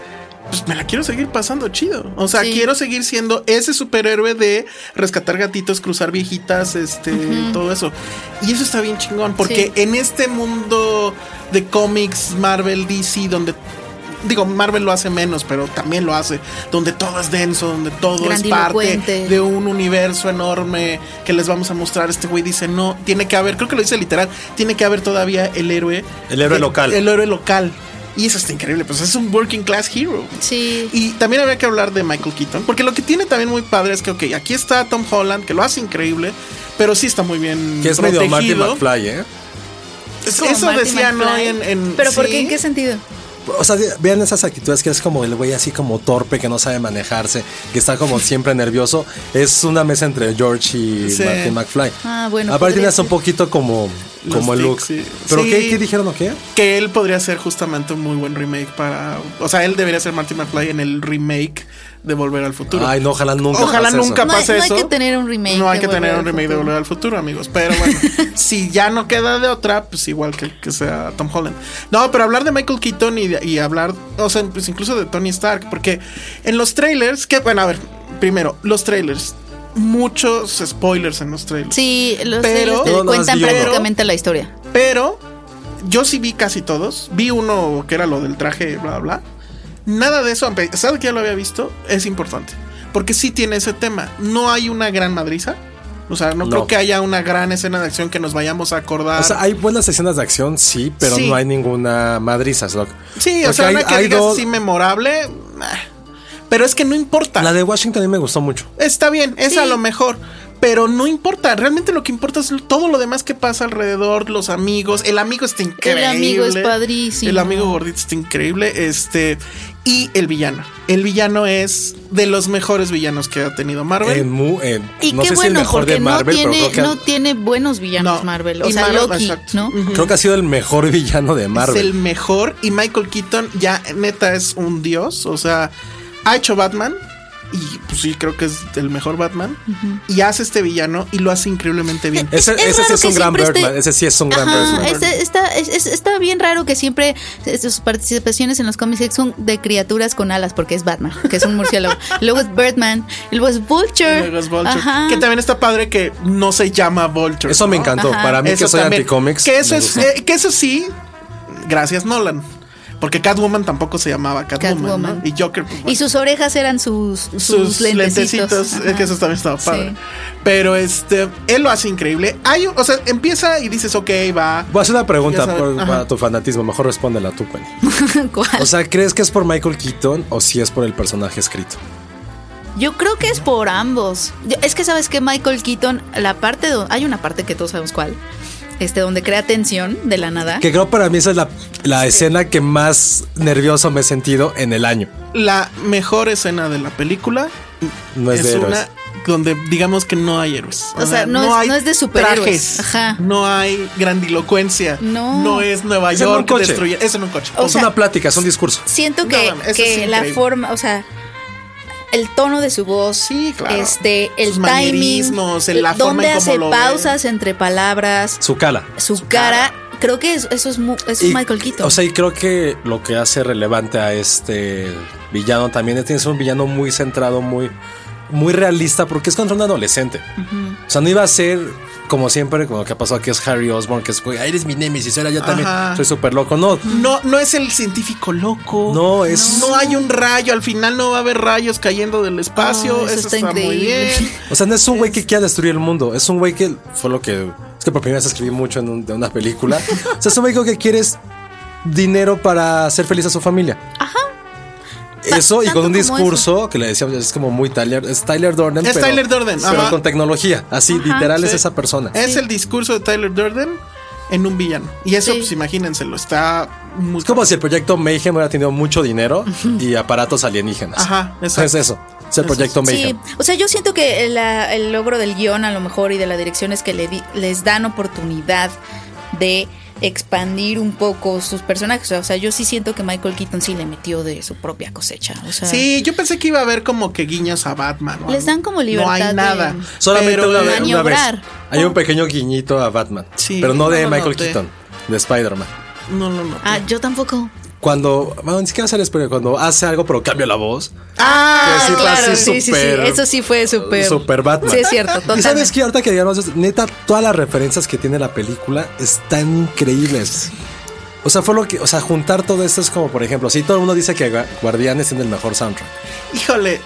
S5: pues me la quiero seguir pasando chido. O sea,
S6: Sí.
S5: quiero seguir siendo ese superhéroe de rescatar gatitos, cruzar viejitas, este, todo eso. Y eso está bien chingón, porque
S6: Sí.
S5: en este mundo de cómics, Marvel, DC, donde... Digo, Marvel lo hace menos, pero también lo hace. Donde todo es denso, donde todo es parte
S6: Grandilocuente.
S5: de un universo enorme que les vamos a mostrar. Este güey dice, no, tiene que haber, creo que lo dice literal, tiene que haber todavía el héroe.
S3: El héroe local.
S5: El héroe local. Y eso está increíble, pues es un working class hero.
S6: Sí.
S5: Y también había que hablar de Michael Keaton, porque lo que tiene también muy padre es que, ok, aquí está Tom Holland, que lo hace increíble, pero sí está muy bien
S3: Que es medio Marty
S5: protegido.
S3: McFly, ¿eh?
S5: Es-
S6: como
S5: Eso
S6: Marty
S5: decían
S6: McFly.
S5: hoy en... en-
S7: ¿Pero por
S5: sí.
S7: qué? ¿En qué sentido?
S3: O sea, de- vean esas actitudes que es como el güey así como torpe, que no sabe manejarse, que está
S6: [LAUGHS]
S3: como siempre nervioso. Es una mesa entre George y
S5: Sí.
S3: Marty McFly.
S6: Ah, bueno,
S3: Aparte
S6: podría
S3: tienes un
S6: ser.
S3: poquito como,
S5: Los
S3: como el look.
S5: Dixie.
S3: ¿Pero
S5: Sí.
S3: ¿qué, qué dijeron o qué?
S5: Que él podría ser justamente un muy buen remake para... O sea, él debería ser Marty McFly en el remake de Volver al Futuro.
S3: Ay, no, ojalá nunca
S5: Ojalá
S3: pase eso.
S5: nunca
S6: No hay-
S5: pase
S6: no hay
S5: eso.
S6: que tener un remake
S5: No hay
S6: de
S5: que
S6: Volver
S5: tener un
S6: al
S5: remake de
S6: Futuro.
S5: Volver al Futuro, amigos. Pero bueno, [LAUGHS] si ya no queda de otra, pues igual que, que sea Tom Holland. No, pero hablar de Michael Keaton y, de- y hablar, o sea, pues incluso de Tony Stark, porque en los trailers, que bueno, a ver, primero, los trailers, muchos spoilers en los trailers.
S6: Sí, los
S5: Pero-
S6: trailers te
S3: No, no,
S6: cuentan
S3: sí, yo no.
S6: prácticamente la historia.
S5: Pero yo sí vi casi todos. Vi uno que era lo del traje, bla, bla, bla. Nada de eso, a pesar de que ya lo había visto, es importante. Porque sí tiene ese tema. No hay una gran madriza. O sea, no,
S3: No.
S5: creo que haya una gran escena de acción que nos vayamos a acordar.
S3: O sea, hay buenas escenas de acción, sí, pero
S5: Sí.
S3: no hay ninguna madriza. Doc.
S5: sí, o
S3: Porque
S5: sea,
S3: hay-
S5: una que
S3: hay
S5: digas
S3: dos-
S5: así memorable. nah. Pero es que no importa.
S3: La de Washington a mí me gustó mucho.
S5: Está bien, es
S6: Sí.
S5: a lo mejor. Pero no importa, realmente lo que importa es todo lo demás que pasa alrededor, los amigos, el amigo está increíble.
S6: amigo es padrísimo.
S5: El amigo gordito está increíble, este y el villano. El villano es de los mejores villanos que ha tenido Marvel.
S3: En Mu- en-
S6: Y
S3: no
S6: qué
S3: sé si el
S6: bueno,
S3: mejor
S6: porque
S3: de Marvel,
S6: no, tiene,
S3: pero creo que,
S6: no tiene buenos villanos
S5: No.
S6: Marvel. O
S5: Y
S6: sea,
S5: Marvel,
S6: Loki,
S5: exacto.
S6: ¿no?
S5: Ujú.
S3: creo que ha sido el mejor [LAUGHS] villano de Marvel.
S5: Es el mejor. Y Michael Keaton ya neta es un dios. O sea, ha hecho Batman. Y pues sí, creo que es el mejor Batman. Y hace este villano y lo hace increíblemente bien.
S3: Ese,
S6: Es
S3: ese sí
S6: raro
S3: es
S6: que
S3: un gran
S6: siempre esté-
S3: Birdman. Ese sí es un gran
S6: Ajá,
S3: Birdman.
S6: este- está, es- es- está bien raro que siempre eh, sus participaciones en los cómics son de criaturas con alas, porque es Batman, que es un
S5: [LAUGHS]
S6: murciélago. luego es Birdman, y luego es Vulture.
S5: Luego
S6: [LAUGHS]
S5: es Vulture.
S6: Ajá.
S5: Que también está padre que no se llama Vulture.
S3: Eso me
S5: ¿no?
S3: encantó.
S6: Ajá.
S3: Para mí
S5: Eso
S3: que soy
S5: también.
S3: anticomics.
S5: Que eso
S3: me
S5: es,
S3: gustó.
S5: eh, que eso sí, gracias Nolan. Porque Catwoman tampoco se llamaba Catwoman.
S6: Catwoman.
S5: ¿no? Y Joker. pues,
S6: Y
S5: bueno,
S6: sus orejas eran sus, sus, lentecitos.
S5: lentecitos, eh,
S6: Ajá.
S5: que eso también estaba padre.
S6: Sí.
S5: Pero este, él lo hace increíble. Hay, un- o sea, empieza y dices, ok, va.
S3: Voy a hacer una pregunta
S5: Ya sabes,
S3: por-
S5: ajá.
S3: para tu fanatismo. Mejor respóndela tú, Penny.
S6: [LAUGHS] ¿Cuál?
S3: O sea, ¿crees que es por Michael Keaton o si es por el personaje escrito?
S6: Yo creo que es por ambos. Yo- es que sabes que Michael Keaton, la parte do- hay una parte que todos sabemos cuál, este donde crea tensión de la
S5: Ah.
S6: nada.
S3: Que creo para mí esa es la, la escena que más nervioso me he sentido en el año.
S5: La mejor escena de la película
S3: No es,
S5: es,
S3: de héroes.
S5: una donde digamos que no hay héroes.
S6: O sea, no es- no es de superhéroes.
S5: trajes,
S6: Ajá.
S5: No hay grandilocuencia.
S6: No.
S5: es Nueva
S3: Es en un
S5: York
S3: coche.
S5: destruye- Es en un coche.
S6: O
S3: es
S6: sea,
S3: una plática, es un discurso.
S7: Siento
S5: No,
S7: que,
S5: mames, eso
S7: que
S5: es
S7: la
S5: increíble.
S7: forma, o sea, el tono de su voz,
S5: Sí, claro.
S7: este, el
S5: Sus
S7: timing,
S5: manierismos, el-
S6: eh,
S5: la forma
S7: dónde
S5: en cómo
S7: hace
S5: lo ve.
S7: pausas entre palabras,
S3: Su cala.
S7: su, cara, creo que es- eso es, mu- eso es
S3: Y-
S7: Michael Keaton.
S3: O sea, y creo que lo que hace relevante a este villano también es que es un villano muy centrado, muy, muy realista, porque es contra un adolescente. O sea, no iba a ser como siempre, como lo que pasó aquí es Harry Osborn, que es, güey, "Ah, eres mi némesis, era yo también,
S5: Ajá.
S3: soy súper loco. No,
S5: No, no es el científico loco.
S3: No, es-
S5: No hay un rayo. Al final no va a haber rayos cayendo del espacio.
S6: Oh, eso
S5: eso,
S6: está
S5: está, muy
S6: increíble.
S5: bien.
S3: o sea, no es un güey que quiera destruir el mundo, es un güey que fue lo que. Es que por primera vez escribí mucho en un- de una película. o sea, es un güey que quiere es dinero para hacer feliz a su familia. Eso y
S6: tanto
S3: con un
S6: como
S3: discurso que le decíamos, es como muy Tyler, es Tyler Durden. [LAUGHS]
S5: Es
S3: pero-
S5: Tyler Durden,
S3: Pero
S5: ajá.
S3: con tecnología, así literal es
S5: sí.
S3: esa persona.
S5: Es el discurso de Tyler Durden. en un villano. Y eso,
S8: Sí.
S5: pues imagínenselo, está muy.
S3: Es como si el proyecto Mayhem hubiera tenido mucho dinero y aparatos alienígenas.
S5: Ajá, exacto.
S3: Es eso. Es el
S5: Eso
S3: proyecto
S6: Sí,
S3: Mayhem.
S6: o sea, yo siento que la- el logro del guión a lo mejor y de la dirección es que le di- les dan oportunidad de expandir un poco sus personajes. O sea, yo sí siento que Michael Keaton sí le metió de su propia cosecha. O sea,
S5: Sí, yo pensé que iba a haber como que guiños a Batman. o
S8: Les
S5: algo.
S8: dan como libertad
S5: No hay
S8: de
S5: nada.
S3: Solamente
S5: Pero-
S3: una, vez, una vez.
S8: maniobrar.
S3: Hay un pequeño guiñito a Batman.
S5: Sí,
S3: pero no de
S5: no lo
S3: Michael
S5: noté.
S3: Keaton, de Spider-Man.
S5: No, no, no.
S8: Ah, yo tampoco.
S3: Cuando, bueno, ni siquiera sale spoiler, cuando hace algo pero cambia la voz.
S5: Ah,
S3: Que sí, así súper-
S8: Eso sí fue súper.
S3: súper Batman.
S8: Sí, es cierto.
S3: Y sabes
S8: Totalmente.
S3: que ahorita que digamos, es- neta, todas las referencias que tiene la película están increíbles. O sea, fue lo que, o sea, juntar todo esto es como, por ejemplo, si todo el mundo dice que Gua- Guardianes tiene el mejor soundtrack.
S5: híjole.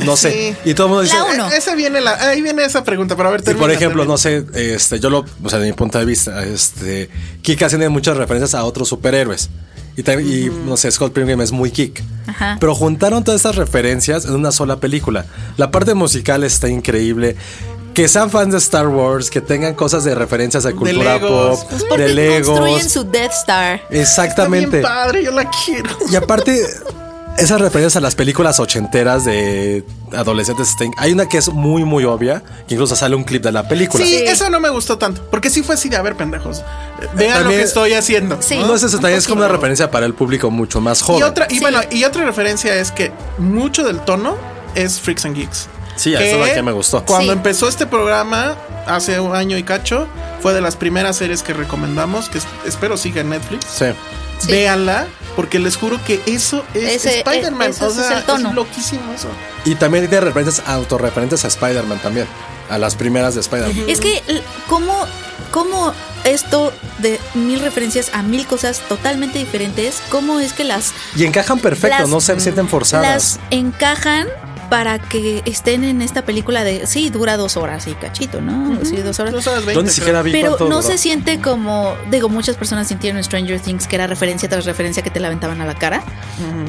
S3: No sé. Y todo el mundo dice,
S8: La uno.
S5: Eh, Esa viene la, ahí viene esa pregunta, pero a ver,
S3: Y por
S5: termina,
S3: ejemplo,
S5: termina.
S3: no sé, este, yo lo, o sea, de mi punto de vista, este, Kika tiene muchas referencias a otros superhéroes. Y, también- y, no sé, Scott Pilgrim es muy kick.
S8: Ajá.
S3: Pero juntaron todas estas referencias en una sola película. La parte musical está increíble. Que sean fans de Star Wars, que tengan cosas de referencias a cultura
S5: Legos.
S3: pop,
S8: Pues
S3: de
S8: porque construyen
S3: Legos.
S8: su Death Star.
S5: Está bien
S3: Exactamente.
S5: padre, yo la quiero.
S3: Y aparte, esas referencias a las películas ochenteras de adolescentes, está in- hay una que es muy, muy obvia, que incluso sale un clip de la película.
S5: Sí, eso no me gustó tanto, porque sí fue así de, a ver, pendejos, eh, vean lo
S3: También-
S5: que estoy haciendo.
S8: Sí.
S3: No es eso, también es como una
S8: poquito.
S3: referencia para el público mucho más joven.
S5: Y otra, y
S8: Sí.
S5: bueno, y otra referencia es que mucho del tono es Freaks and Geeks.
S3: Sí, esa es la que me gustó.
S5: Cuando
S8: Sí.
S5: empezó este programa, hace un año y cacho, fue de las primeras series que recomendamos, que es- espero siga en Netflix.
S3: Sí.
S8: Sí.
S5: Véanla, porque les juro que eso es
S8: Ese-
S5: Spider-Man.
S8: e- eso
S5: o
S8: es
S5: sea,
S8: el tono.
S5: es loquísimo eso.
S3: Y también tiene referencias, autorreferentes a Spider-Man también. A las primeras de Spider-Man.
S6: es que l- cómo, cómo esto de mil referencias a mil cosas totalmente diferentes, cómo es que las
S3: Y encajan perfecto,
S6: Las-
S3: no se sienten forzadas.
S6: las encajan para que estén en esta película de sí dura dos horas y cachito, ¿no? Sí, dos horas.
S5: Dos horas
S3: Yo ni
S5: veinte,
S3: siquiera vi
S6: Pero
S3: cuánto
S6: no
S3: duró.
S6: se siente como, digo, muchas personas sintieron en Stranger Things que era referencia tras referencia que te la aventaban a la cara.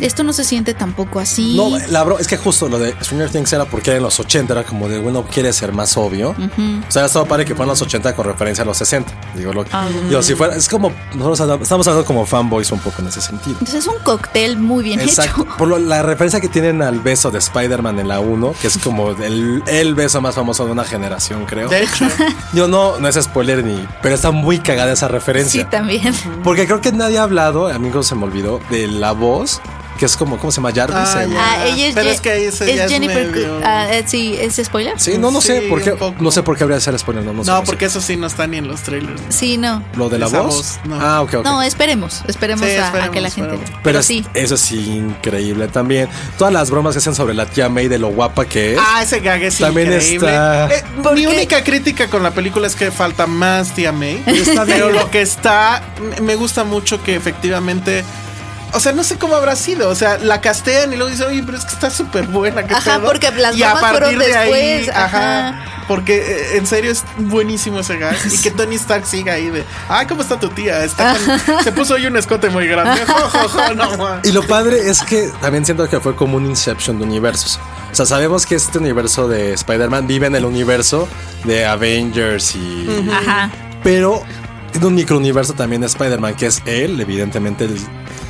S6: Esto no se siente tampoco así.
S3: No, la bro, es que justo lo de Stranger Things era porque era en los 80, era como de, bueno, quiere ser más obvio.
S6: Mm.
S3: O sea, estaba padre que fueran los 80 con referencia a los 60. Digo, lo digo, si fuera, es como, nosotros hablamos- estamos hablando como fanboys un poco en ese sentido.
S6: Entonces es un cóctel muy bien [LAUGHS]
S3: Exacto.
S6: hecho.
S3: Por lo- la referencia que tienen al beso de Spider-Man en la 1, que es como el, el beso más famoso de una generación, creo.
S5: De hecho,
S3: Yo [LAUGHS] no, no es spoiler ni, pero está muy cagada esa
S6: Sí,
S3: referencia.
S6: también.
S3: porque creo que nadie ha hablado, amigos, se me olvidó, de la voz, que es como, ¿cómo se llama? Jarvis.
S5: Ah,
S3: el-
S5: ya.
S6: Ah, ella es,
S5: Pero
S6: Je-
S5: es que ahí se-
S6: es
S5: ya es
S6: Jennifer.
S5: medio-
S6: Coolidge. Ah, eh, sí, es spoiler.
S3: Sí, no, no sé
S5: Sí,
S3: por qué,
S5: un poco.
S3: no sé por qué habría de ser spoiler, no, no sé, no
S5: no,
S3: sé.
S5: porque eso sí no está ni en los trailers.
S6: Sí, no.
S3: lo de la
S5: esa
S3: voz.
S5: voz, no.
S3: Ah, ok, ok.
S6: No, esperemos, esperemos,
S5: Sí,
S6: a- a,
S5: esperemos,
S6: que la gente.
S5: esperemos.
S6: Pero,
S3: pero es-
S6: sí.
S3: eso es increíble también. Todas las bromas que hacen sobre la tía May de lo guapa que es.
S5: Ah, ese gag es
S3: También
S5: increíble.
S3: está-
S5: Eh,
S6: ¿Por
S5: mi
S6: qué?
S5: única crítica con la película es que falta más
S8: [LAUGHS]
S5: tía May.
S3: Está bien.
S5: Pero lo que está, me- me gusta mucho que efectivamente. O sea, no sé cómo habrá sido. O sea, la castean y luego dicen, oye, pero es que está súper buena. ¿qué
S8: Ajá,
S5: pedo?".
S8: porque las
S5: y a
S8: bromas
S5: partir
S8: fueron
S5: de ahí,
S8: después,
S5: ajá.
S8: ajá.
S5: Porque eh, en serio es buenísimo
S8: [LAUGHS]
S5: ese gag. Y que Tony Stark siga ahí de, ah, ¿cómo está tu tía? Está con- se puso hoy un escote muy grande.
S8: [LAUGHS]
S5: Jo, jo, jo, no, ma.
S3: Y lo padre es que también siento que fue como un inception de universos. O sea, sabemos que este universo de Spider-Man vive en el universo de Avengers y.
S6: Ajá.
S3: Pero tiene un microuniverso también de Spider-Man, que es él, evidentemente. él-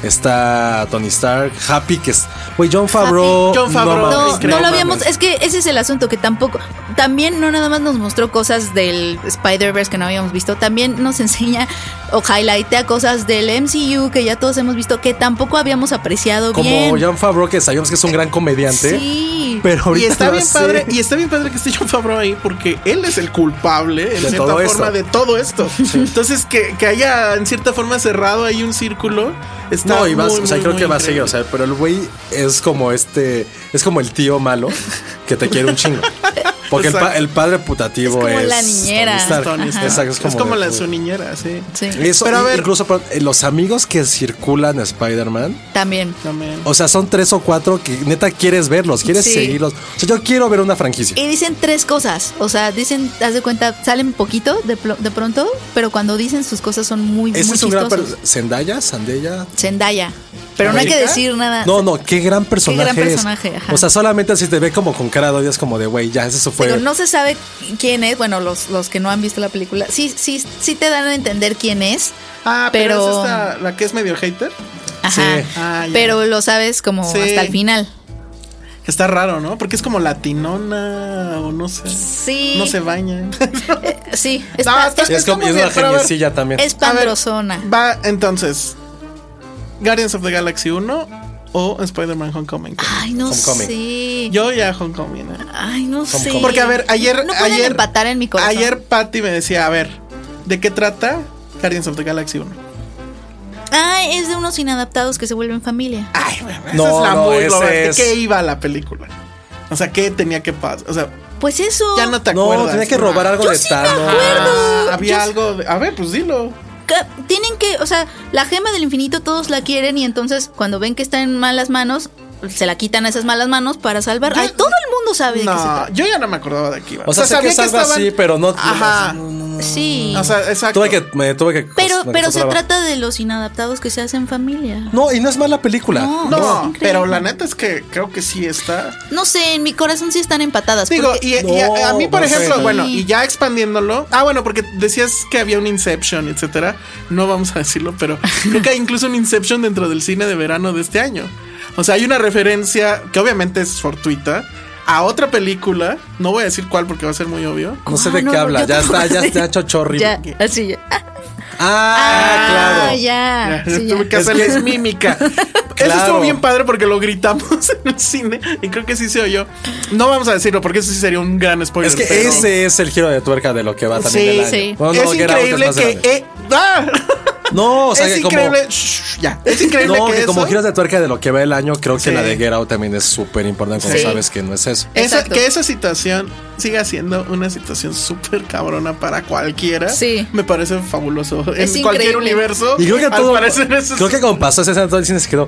S3: está Tony Stark, Happy, que es. Güey, John Favreau.
S5: John Favreau,
S3: mames,
S6: No,
S5: creo,
S6: no lo
S5: mames.
S6: habíamos. Es que ese es el asunto que tampoco. También no nada más nos mostró cosas del Spider-Verse que no habíamos visto. También nos [LAUGHS] enseña o highlightea cosas del MCU que ya todos hemos visto que tampoco habíamos apreciado
S3: Como
S6: bien.
S3: John Favreau, que sabíamos que es un gran comediante.
S6: Sí.
S3: Pero
S5: Y
S3: ahorita
S5: está
S3: lo
S5: bien
S3: hace-
S5: padre, y está bien padre que esté John Favreau ahí porque él es el culpable en
S3: De
S5: cierta
S3: todo
S5: forma
S3: esto.
S5: de todo esto. Entonces que, que haya en cierta forma cerrado ahí un círculo está
S3: No, y vas,
S5: muy,
S3: o sea,
S5: muy,
S3: creo
S5: muy
S3: que va a seguir, o
S5: increíble.
S3: sea, pero el güey es como este, es como el tío malo que te quiere un chingo. Porque el, pa-
S5: Exacto.
S3: el padre putativo es.
S6: Es como la niñera.
S3: Tony Stark.
S5: Tony Stark.
S3: Exacto,
S5: es como,
S3: de-
S5: la su niñera, sí.
S6: Sí,
S3: Eso,
S5: Pero a
S3: y-
S5: ver-
S3: incluso por- eh, los amigos que circulan a Spider-Man,
S6: también.
S5: También.
S3: o sea, son tres o cuatro que neta quieres verlos, quieres
S6: Sí.
S3: seguirlos. O sea, yo quiero ver una franquicia.
S6: Y dicen tres cosas. O sea, dicen, haz de cuenta, salen poquito de, pl- de pronto, pero cuando dicen sus cosas son muy,
S3: Ese
S6: muy
S3: es un gran.
S6: chistosos.
S3: per- Zendaya, Zendaya.
S6: Zendaya. Pero no hay que
S5: ¿América?
S6: decir nada.
S3: No, no, qué gran personaje. es.
S6: personaje, ajá.
S3: O sea, solamente si te ve como con cara de odio es como de, güey, ya eso fue.
S6: Digo, no se sabe quién es, bueno, los, los que no han visto la película, sí, sí, sí te dan a entender quién es,
S5: Ah, pero,
S6: Pero-
S5: es esta, la que es medio hater.
S6: ajá,
S3: Sí.
S5: Ah, ya.
S6: pero lo sabes como
S5: Sí.
S6: hasta el final.
S5: Que Está raro, ¿no? Porque es como latinona o no sé.
S6: Sí,
S5: No se baña.
S6: eh, sí, es,
S5: No,
S6: pa-
S5: está-
S6: es-
S3: es como
S5: muy
S3: es
S5: bien,
S3: una
S5: pero a ver.
S3: geniecilla también.
S6: es pandrosona.
S5: [LAUGHS] Va entonces. Guardians of the Galaxy 1 o Spider-Man Homecoming.
S6: Ay, no
S3: Homecoming.
S6: sé.
S5: Yo ya Homecoming. ¿eh?
S6: Ay, no sé.
S5: Porque a ver, ayer.
S6: No pueden
S5: ayer,
S6: empatar en mi corazón.
S5: Ayer Patty me decía, a ver, ¿de qué trata Guardians of the Galaxy 1?
S6: Ah, es de unos inadaptados que se vuelven familia.
S5: Ay, bueno, esa
S3: No,
S5: es la
S3: no,
S5: muy
S3: ese
S5: global. ¿De
S3: es-
S5: qué iba la película? O sea, ¿qué tenía que pasar? O sea,
S6: Pues eso.
S5: ya no te
S3: no,
S5: acuerdas.
S3: tenía que robar algo de Thanos.
S5: Ah, había
S6: Yo-
S5: algo. de- A ver, pues dilo.
S6: Ca- Tienen que, o sea, la gema del infinito todos la quieren y entonces cuando ven que está en malas manos, se la quitan a esas malas manos para salvar. Ay, todo el mundo sabe de qué se
S5: No, yo ya no me acordaba de aquí.
S3: O sea, sé que es algo así, pero no-
S5: Ajá.
S6: trata. Sí.
S5: O sea, exacto.
S3: Tuve que, me tuve que.
S6: pero
S3: me
S6: pero
S3: costó
S6: se
S3: trabajo.
S6: trata de los inadaptados que se hacen familia.
S3: No, y no es mala película.
S6: No.
S5: No,
S6: increíble.
S5: pero la neta es que creo que sí está.
S6: No sé, en mi corazón sí están empatadas.
S5: Digo,
S6: porque-
S5: y, y a, a mí,
S3: No,
S5: por
S3: no sé.
S5: ejemplo,
S3: Sí.
S5: bueno, y ya expandiéndolo. Ah, bueno, porque decías que había un Inception, etcétera. No vamos a decirlo,
S3: [LAUGHS]
S5: pero creo que hay incluso un Inception dentro del cine de verano de este año. O sea, hay una referencia que obviamente es fortuita a otra película. No voy a decir cuál porque va a ser muy obvio.
S3: No sé
S6: Ah,
S3: de
S6: no,
S3: qué
S6: no,
S3: habla.
S6: yo
S3: Ya está,
S6: tampoco
S3: ya
S6: sé.
S3: está chorri.
S6: Ya, así ya. Ah,
S3: Ah, claro.
S6: ya. sí, ya.
S5: [LAUGHS] Tuve que
S3: Es
S5: hacerles
S3: que- [LAUGHS]
S5: mímica. Eso
S3: Claro.
S5: estuvo bien padre porque lo gritamos [LAUGHS] en el cine y creo que sí se oyó. No vamos a decirlo porque eso sí sería un gran spoiler.
S3: Es que
S5: pero-
S3: ese es el giro de tuerca de lo que va también
S5: Sí,
S3: el año.
S6: sí.
S3: Bueno, no,
S5: es
S3: Get Out
S5: increíble
S3: más
S5: que.
S3: grande.
S5: eh, [LAUGHS] ¡ah!
S3: No, o sea,
S5: es
S3: que como-
S5: increíble. Shh, ya. Es increíble
S3: no,
S5: que,
S3: que
S5: eso-
S3: como giros de tuerca de lo que va el año, creo
S5: Sí.
S3: que la de Get Out también es súper importante cuando
S6: Sí.
S3: sabes que no es eso.
S5: esa-
S6: Exacto.
S5: que esa situación siga siendo una situación súper cabrona para cualquiera.
S6: Sí.
S5: Me parece fabuloso.
S6: Es
S5: en cualquier
S6: increíble.
S5: universo.
S3: Y creo que
S5: al
S3: todo.
S5: parecer eso
S3: creo
S5: es-
S3: que como pasó ese santo del cine se quedó.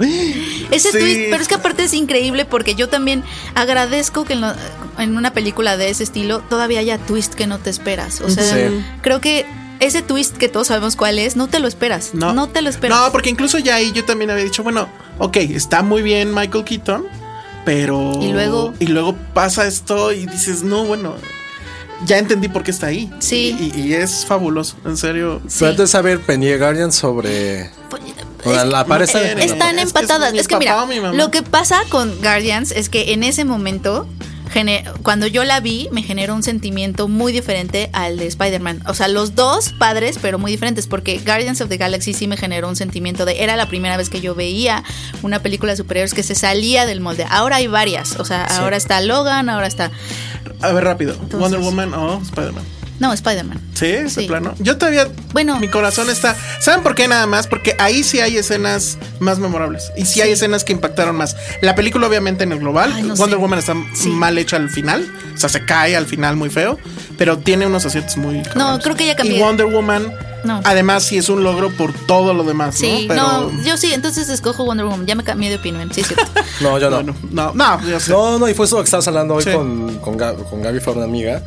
S6: Ese
S5: Sí.
S6: tweet, pero es que aparte es increíble porque yo también agradezco que en, lo- en una película de ese estilo todavía haya twist que no te esperas. O sea,
S3: Sí.
S6: creo que ese twist que todos sabemos cuál es, no te lo esperas. No, te lo esperas.
S5: No, porque incluso ya ahí yo también había dicho, bueno, ok, está muy bien Michael Keaton, pero.
S6: Y luego-
S5: Y luego pasa esto y dices, no, bueno, ya entendí por qué está ahí.
S6: Sí.
S5: Y, y- y es fabuloso, en serio.
S3: Pero antes de ver Penny Guardian sobre.
S6: Pues,
S3: Bueno,
S6: es-
S3: la pareja de
S6: es-
S3: mi mamá.
S6: están
S5: Es que es
S6: empatadas.
S5: mi
S6: Es que,
S5: papá
S6: mira,
S5: o mi mamá.
S6: lo que pasa con Guardians es que en ese momento, gene- cuando yo la vi, me generó un sentimiento muy diferente al de Spider-Man. O sea, los dos padres, pero muy diferentes, porque Guardians of the Galaxy sí me generó un sentimiento de. Era la primera vez que yo veía una película de superhéroes que se salía del molde. Ahora hay varias. O sea, ahora está Logan, ahora está.
S5: A ver, rápido. Wonder Woman o Spider-Man.
S6: No, Spider-Man.
S5: Sí, ese
S6: Sí.
S5: plano. Yo todavía.
S6: Bueno.
S5: Mi corazón está. ¿Saben por qué nada más? Porque ahí sí hay escenas más memorables. Y sí, hay escenas que impactaron más. La película, obviamente, en el global.
S6: Ay, no
S5: Wonder
S6: sé.
S5: Woman está
S6: Sí.
S5: mal hecha al final. O sea, se cae al final muy feo. Pero tiene unos aciertos muy. cabrones.
S6: creo que ya cambié.
S5: Y Wonder Woman.
S6: No.
S5: Además, sí es un logro por todo lo demás.
S6: Sí,
S5: ¿no? Pero.
S6: no, yo sí, entonces escojo Wonder Woman. Ya me cambié de opinión. Sí, es
S5: [LAUGHS]
S6: cierto.
S3: No, yo no.
S5: bueno, no, no, yo sé.
S3: No, no, y fue eso lo que estabas hablando hoy
S5: Sí.
S3: con, con, Gab- con Gaby, fue una amiga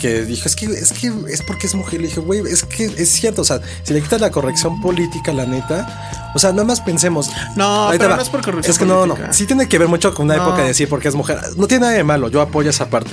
S3: que dijo, es que, es que es porque es mujer. Le dije, güey, es que es cierto, o sea, si le quitas la corrección política, la neta, o sea, nada más pensemos.
S5: No,
S3: Ahí te
S5: pero
S3: va.
S5: no es por corrección
S3: Es que no, no,
S5: política.
S3: sí tiene que ver mucho con una
S5: No.
S3: época de decir porque es mujer. No tiene nada de malo, yo apoyo esa parte.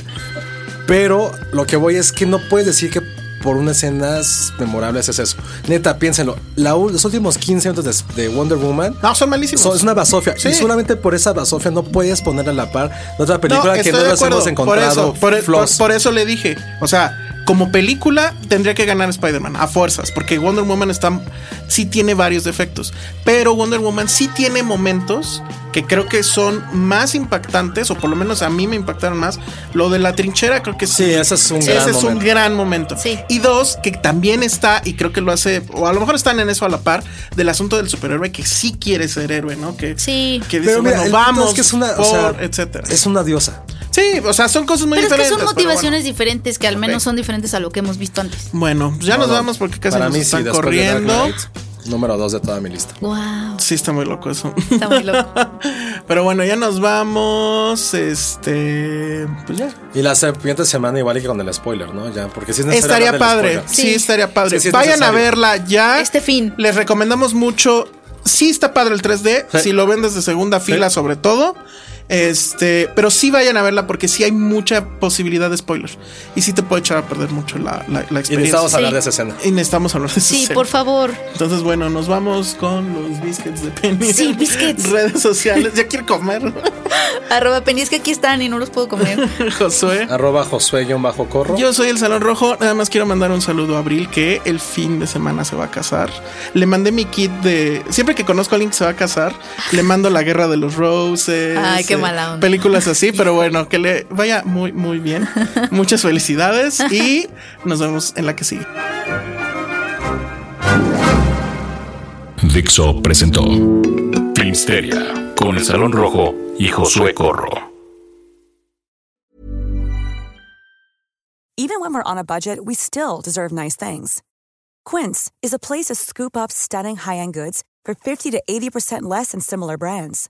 S3: Pero lo que voy es que no puedes decir que por unas escenas memorables es eso. Neta, piénsenlo. La u- los últimos 15 minutos de, de Wonder Woman
S5: No, son malísimos.
S3: so- es una basofia.
S5: Sí.
S3: Y solamente por esa basofia no puedes poner a la par de otra
S5: No,
S3: película que
S5: estoy
S3: no
S5: de
S3: las
S5: acuerdo.
S3: hemos encontrado.
S5: Por eso, por,
S3: flaws.
S5: por- por eso le dije. O sea, como película tendría que ganar Spider-Man a fuerzas, porque Wonder Woman está, sí tiene varios defectos. Pero Wonder Woman sí tiene momentos que creo que son más impactantes, o por lo menos a mí me impactaron más. Lo de la trinchera creo que sí.
S3: Sí, ese es un
S5: Ese
S3: gran
S5: es un
S3: momento.
S5: gran momento.
S6: Sí.
S5: Y dos, que también está, y creo que lo hace, o a lo mejor están en eso a la par, del asunto del superhéroe que sí quiere ser héroe, ¿no? Que,
S6: Sí.
S5: que dice,
S3: Pero mira,
S5: bueno,
S3: el punto
S5: vamos,
S3: es que es una, o sea,
S5: por, etcétera.
S3: es una diosa.
S5: Sí, o sea, son cosas muy
S6: Pero es que
S5: diferentes.
S6: son motivaciones
S5: bueno.
S6: diferentes que al menos
S5: Ok.
S6: son diferentes a lo que hemos visto antes.
S5: Bueno, pues ya
S3: No,
S5: nos
S3: no,
S5: vamos porque casi
S3: para
S5: nos
S3: mí sí,
S5: están
S3: después de Dark
S5: corriendo.
S3: Knight, número 2 de toda mi lista.
S6: Wow.
S5: Sí, está muy loco eso. [LAUGHS]
S6: Está muy loco.
S5: Pero bueno, ya nos vamos. Este. Pues ya.
S3: Y la siguiente semana, igual que con el spoiler, ¿no? Ya, porque si es necesario
S5: Estaría
S3: hablar del
S5: padre.
S3: spoiler.
S5: Sí,
S6: Sí.
S5: estaría padre.
S3: Sí, sí es
S5: Vayan a
S3: necesario.
S5: verla ya.
S6: Este fin.
S5: Les recomendamos mucho. sí está padre el 3D,
S3: Sí.
S5: si lo ven desde segunda fila sobre todo. Este, pero sí vayan a verla porque sí hay mucha posibilidad de spoilers. Y sí te puede echar a perder mucho la,
S3: Y
S5: la, la experiencia.
S3: necesitamos hablar de esa escena.
S5: Y necesitamos hablar de
S7: Sí,
S5: eso.
S7: por favor.
S5: Entonces, bueno, nos vamos con los biscuits de Penny.
S7: Sí, biscuits.
S5: [LAUGHS] Redes sociales. Ya quiero comer.
S7: Arroba Penny, es que aquí están y no los puedo comer.
S5: [LAUGHS] Josué.
S3: Arroba Josué-Corro. corro
S5: Yo soy el Salón Rojo. Nada más quiero mandar un saludo a Abril, que el fin de semana se va a casar. Le mandé mi kit de. Siempre que conozco a alguien que se va a casar, le mando La Guerra de los Roses.
S7: Ay, qué
S5: eh,
S7: mala onda.
S5: Películas así, pero bueno, que le vaya muy,
S7: [LAUGHS]
S5: muy bien. Muchas felicidades y nos vemos en la que sigue.
S2: Dixo presentó Filmsteria con el Salón Rojo y Josué Corro.
S9: Even when we're on a budget, we still deserve nice things. Quince is a place to scoop up stunning high end goods for 50 to 80% less than similar brands.